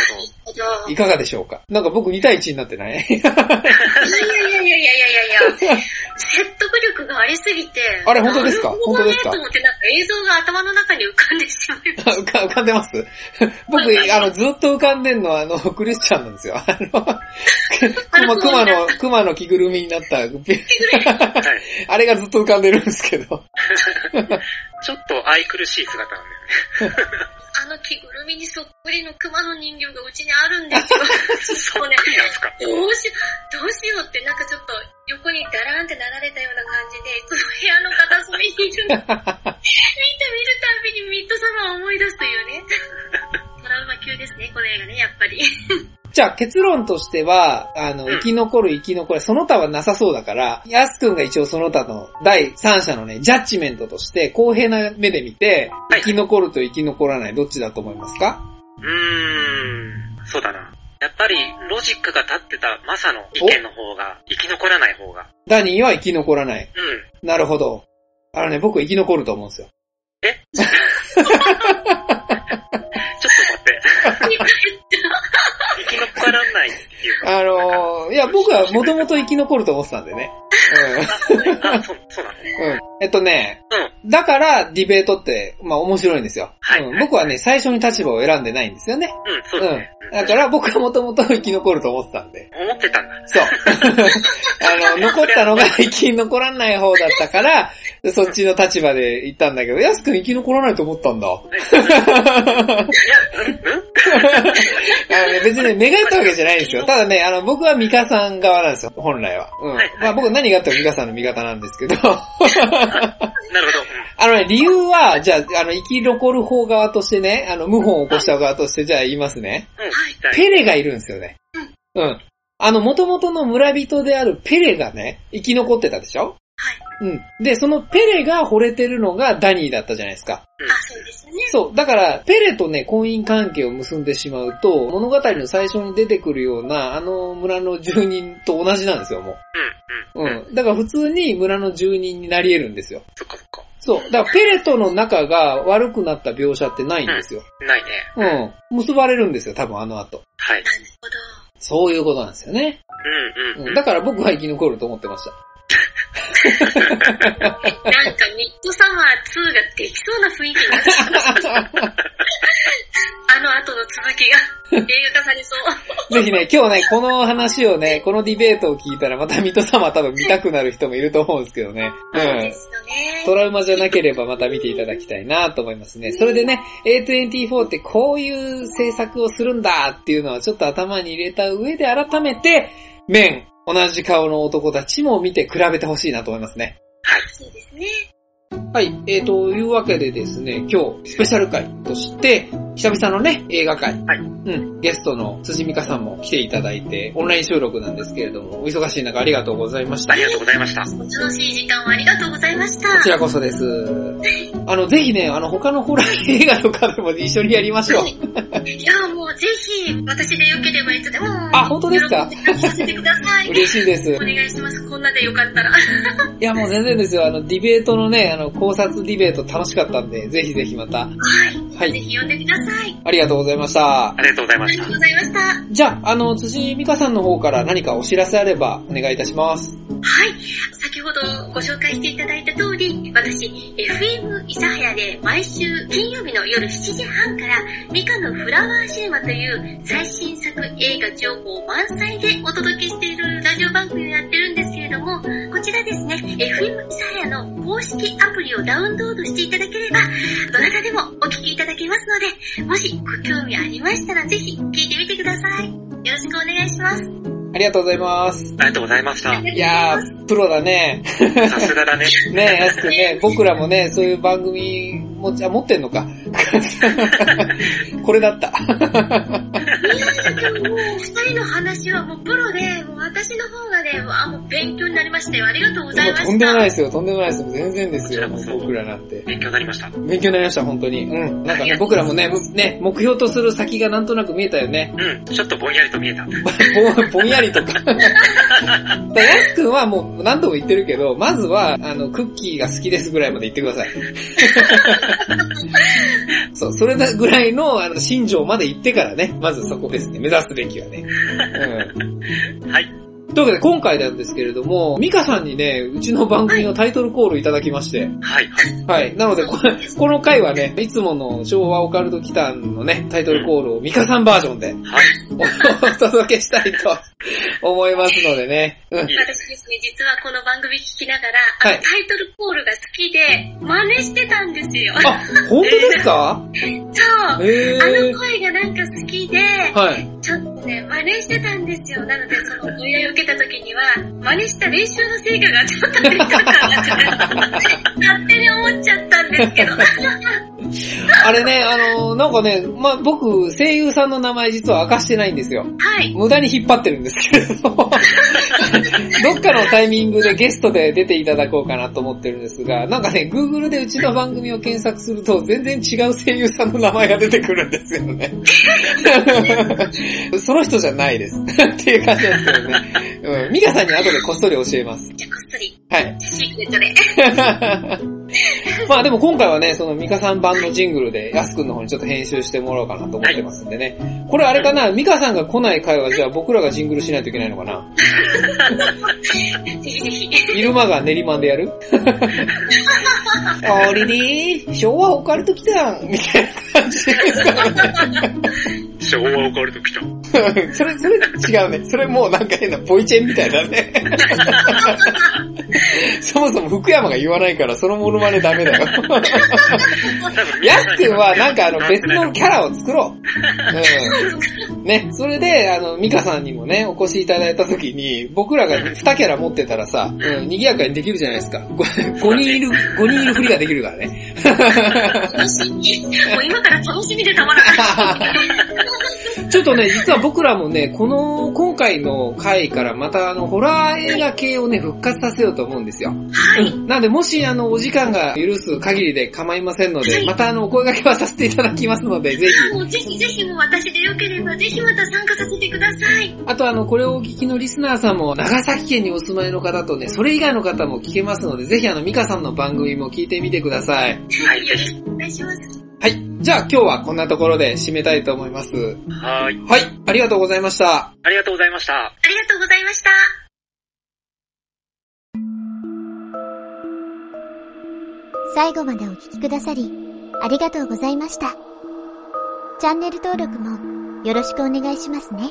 Speaker 3: ほど。
Speaker 4: ほど
Speaker 2: いかがでしょうかなんか僕2対1になってない
Speaker 4: いやいやいやいやいやいやいや。説得力がありすぎて。
Speaker 2: あれ本当ですか
Speaker 4: なるほ
Speaker 2: 本当
Speaker 4: ど
Speaker 2: で
Speaker 4: ね
Speaker 2: すか
Speaker 4: と思って、なんか映像が頭の中に浮かんでしまいま し
Speaker 2: 浮か浮かんでます 僕、あの、ずっと浮かんでんのは、あの、クリスチャンなんですよ。 あの、熊、熊の、熊の着ぐるみになった、
Speaker 3: はい。
Speaker 2: あれがずっと浮かんでるんですけど。
Speaker 3: ちょっと愛くるしい姿なんだよね。
Speaker 4: た。あの着ぐるみにそっくりの熊の人形がうちにあるんですよ。
Speaker 3: そ
Speaker 4: もう
Speaker 3: っ
Speaker 4: ね
Speaker 3: くりなんですか。
Speaker 4: どうし、どうしようって、なんかちょっと横にダラーンってなられたような感じで、いつも部屋の片隅にいるの。見て見るたんびにミッドサマーを思い出すというね。トラウマ級ですね、この映画ね、やっぱり。
Speaker 2: じゃあ結論としては、あの、
Speaker 3: うん
Speaker 2: 生き残る生き残れ、その他はなさそうだから、ヤスくんが一応その他の第三者のね、ジャッジメントとして公平な目で見て、
Speaker 3: はい
Speaker 2: 生き残ると生き残らない、どっちだと思いますか
Speaker 3: うーん、そうだな。やっぱり、ロジックが立ってたマサの意見の方が、生き残らない方が。
Speaker 2: ダニーは生き残らない。
Speaker 3: うん。
Speaker 2: なるほど。あのね、僕生き残ると思うんですよ。
Speaker 3: ちょっと待って。 生き残らないっていう のは
Speaker 2: あのー、いや、僕はもともと生き残ると思ってたんでね。
Speaker 3: あ、そう、そうなのね。
Speaker 2: うん。うん。えっとね、
Speaker 3: うん。
Speaker 2: だからディベートって、まあ面白いんですよ。
Speaker 3: はい
Speaker 2: うん、僕はね、最初に立場を選んでないんですよね。
Speaker 3: うん、そうだね。
Speaker 2: だから僕はもともと生き残ると思ってたんで。
Speaker 3: うん思ってたんだ。
Speaker 2: そう。あの、残ったのが生き残らない方だったから、そっちの立場で行ったんだけど、やすくん生き残らないと思ったんだ。
Speaker 3: えいや、うん、うん
Speaker 2: あのね別にね、願ったわけじゃないんですよ。ただね、あの、僕はミカさん側なんですよ、本来は。うん
Speaker 3: はい。
Speaker 2: まあ僕何があってもミカさんの味方なんですけど、あ
Speaker 3: なるほど。
Speaker 2: のね、理由は、じゃあ、あの、生き残る方側としてね、あの、謀反を起こした側として、じゃあ言いますね。
Speaker 3: うん。うん。はい
Speaker 2: ペレがいるんですよね。うん。あの、元々の村人であるペレがね、生き残ってたでしょはい。うん。で、そのペレが惚れてるのがダニーだったじゃないですか。
Speaker 4: あ、そうですね。
Speaker 2: そう。だから、ペレとね、婚姻関係を結んでしまうと、物語の最初に出てくるような、あの村の住人と同じなんですよ、も
Speaker 3: う
Speaker 2: う。う
Speaker 3: ん、うん。うん。
Speaker 2: ん。だから普通に村の住人になり得るんですよ。
Speaker 3: そっかそっか。
Speaker 2: そう。だからペレとの仲が悪くなった描写ってないんですよ。
Speaker 3: ないね。
Speaker 2: うん。結ばれるんですよ、多分あの後。
Speaker 3: はい。
Speaker 4: なるほど。
Speaker 2: そういうことなんですよね。
Speaker 3: うん、うん。
Speaker 2: うんだから僕は生き残ると思ってました。
Speaker 4: なんかミッドサマー2ができそうな雰囲気になってきました。あの、の後の続き が映画化されそう。
Speaker 2: ぜひね、今日ね、この話をね、このディベートを聞いたら、また水戸様多分見たくなる人もいると思うんですけどね。うん
Speaker 4: で。すよね。
Speaker 2: トラウマじゃなければまた見ていただきたいなと思いますね。それでね、A24 ってこういう制作をするんだっていうのはちょっと頭に入れた上で改めて、面、同じ顔の男たちも見て比べてほしいなと思いますね。
Speaker 4: そうですね。
Speaker 2: はい、えー、というわけでですね、今日スペシャル回として、久々のね、映画会、
Speaker 3: はい
Speaker 2: うん、ゲストの辻美香さんも来ていただいて、オンライン収録なんですけれども、お忙しい中ありがとうございました
Speaker 3: あり。がとうございました。
Speaker 4: お楽しい時間をありがとうございました。
Speaker 2: こちらこそです。あの、ぜひね、あの、他のホラー映画とかでも一緒にやりましょう。
Speaker 4: いや、もうぜひ、私でよければいつでも。
Speaker 2: あ本当ですか
Speaker 4: 喜んで聞かせてください。
Speaker 2: 嬉しいです。い
Speaker 4: お願いします。こんなでよかったら。
Speaker 2: や、もう全然ですよ。あの、ディベートのね、あの、考察ディベート楽しかったんで、ぜひぜひまた。
Speaker 4: はい。
Speaker 2: は
Speaker 4: ぜ
Speaker 2: い。
Speaker 4: ひ呼んでください。
Speaker 2: ありがとうございました
Speaker 3: あ。りがとうござい
Speaker 4: あ
Speaker 3: ま
Speaker 4: り
Speaker 3: し
Speaker 4: が
Speaker 3: た
Speaker 4: とう。ございました。
Speaker 2: じゃあ、あの、辻美香さんの方から何かお知らせあればお願いいたします。
Speaker 4: はい。先ほどご紹介していただいた通り、私、FM 諫早で毎週金曜日の夜7時半から、ミカのフラワーシネマという最新作映画情報満載でお届けしているラジオ番組をやってるんですけれども、こちらですね、FM 諫早の公式アプリをダウンロードしていただければ、どなたでもお聞きいただけますので、もしご興味ありましたらぜひ聞いてみてください。よろしくお願いします。
Speaker 2: ありがとうございます。
Speaker 3: ありがとうございました。
Speaker 2: いやー、プロだね。
Speaker 3: さす がだね。
Speaker 2: ねえ、安くん ね、僕らもね、そういう番組持ち、あ、持ってんのか。 これだった。
Speaker 4: もう二人の話はもうプロで、もう私の方がね、あ、もう勉強になりましたよ。ありがとうございました。
Speaker 2: とんでもないですよ、とんでもないですよ。全然ですよ、
Speaker 3: こちらこそ
Speaker 2: 僕らなんて。
Speaker 3: 勉強になりました。うん。
Speaker 2: 勉強になりました、本当に。うん。なんか
Speaker 3: あり
Speaker 2: ね、
Speaker 3: がとう
Speaker 2: 僕らもね、むね、目標とする先がなんとなく見えたよね。
Speaker 3: ちょっとぼんやりと見えた。
Speaker 2: ぼんぼん やりとか。だからやすくんはもう何度も言ってるけど、まずは、あの、クッキーが好きですぐらいまで言ってください。 そう、それだぐらいの、あの、心情まで言ってからね、まずそこですね、目指すべきはね。うん。
Speaker 3: はい。
Speaker 2: というわけで、今回なんですけれども、ミカさんにね、うちの番組のタイトルコールいただきまして、
Speaker 3: はい。はい。
Speaker 2: はい。なのでこ、この回はね、いつもの昭和オカルト祈祷のね、タイトルコールをミカさんバージョンで
Speaker 3: はい。
Speaker 2: お届けしたいと思いますのでね。うん。
Speaker 3: いいです
Speaker 4: 私ですね、実はこの番組聞きながら、あ
Speaker 2: はい
Speaker 4: のタイトルコールが好きで、真似してたんですよ。
Speaker 2: あ、本当ですか
Speaker 4: そう。
Speaker 2: へ
Speaker 4: あの
Speaker 2: ー。
Speaker 4: 声がなんか好きで、
Speaker 2: はい。
Speaker 4: ちょっとね、真似してたんですよ。なので、そのお依頼を受けた時には、真似した練習の成果がちょっと出たかなって、勝手に思っちゃったんです けど。
Speaker 2: あれね、あの、なんかね、まあ、僕、声優さんの名前実は明かしてないんですよ。
Speaker 4: はい。
Speaker 2: 無駄に引っ張ってるんですけれども、どっかのタイミングでゲストで出ていただこうかなと思ってるんですが、なんかね、Google でうちの番組を検索すると、全然違う声優さんの名前が出てくるんですよね。その人じゃないです。っていう感じなんですけどね。うん。ミカさんに後でこっそり教えます。
Speaker 4: じゃあ、こっそり、
Speaker 2: はい。
Speaker 4: シークレットで。
Speaker 2: まあでも今回はね、そのミカさん版のジングルで、やすくんの方にちょっと編集してもらおうかなと思ってますんでね。これあれかなミカさんが来ない回はじゃあ僕らがジングルしないといけないのかな
Speaker 4: ぜひぜひ。
Speaker 2: 昼間が練馬でやる あれね昭和オカルト来たんみたいな感じですかね。
Speaker 3: 昭和オカルト来た。
Speaker 2: それ、それ違うね。それもうなんか変なボイチェンみたいだね。 そもそも福山が言わないからそのモノマネダメだよ。
Speaker 3: 多分
Speaker 2: ヤスくんはなんかあの別のキャラを作ろう。うん。ね、それで、あの、ミカさんにもね、お越しいただいた時に、僕らが2キャラ持ってたらさ、うん、賑やかにできるじゃないですか。5, 人いる、5人いるふりができるからね。
Speaker 4: 楽しみ。もう今から楽しみでたまらない。
Speaker 2: ちょっとね、実は僕らもね、この、今回の回からまたあの、ホラー映画系をね、復活させようと思うんですよ。
Speaker 4: はい。
Speaker 2: なので、もしあの、お時間が許す限りで構いませんの
Speaker 4: は
Speaker 2: で、
Speaker 4: い
Speaker 2: またあの、お声掛けはさせていただきますので、ぜひ。
Speaker 4: もうぜひぜひもう私でよければ、ぜひまた参加させてください。
Speaker 2: あとあの、これをお聞きのリスナーさんも、長崎県にお住まいの方とね、それ以外の方も聞けますので、ぜひあの、ミカさんの番組も聞いてみてください。
Speaker 3: はい、ぜひ。
Speaker 4: お願いします。
Speaker 2: はい。じゃあ今日はこんなところで締めたいと思います。は
Speaker 3: はい。
Speaker 2: い。ありがとうございました。
Speaker 3: ありがとうございました。
Speaker 4: ありがとうございました。
Speaker 5: 最後までお聞きくださり、ありがとうございました。チャンネル登録もよろしくお願いしますね。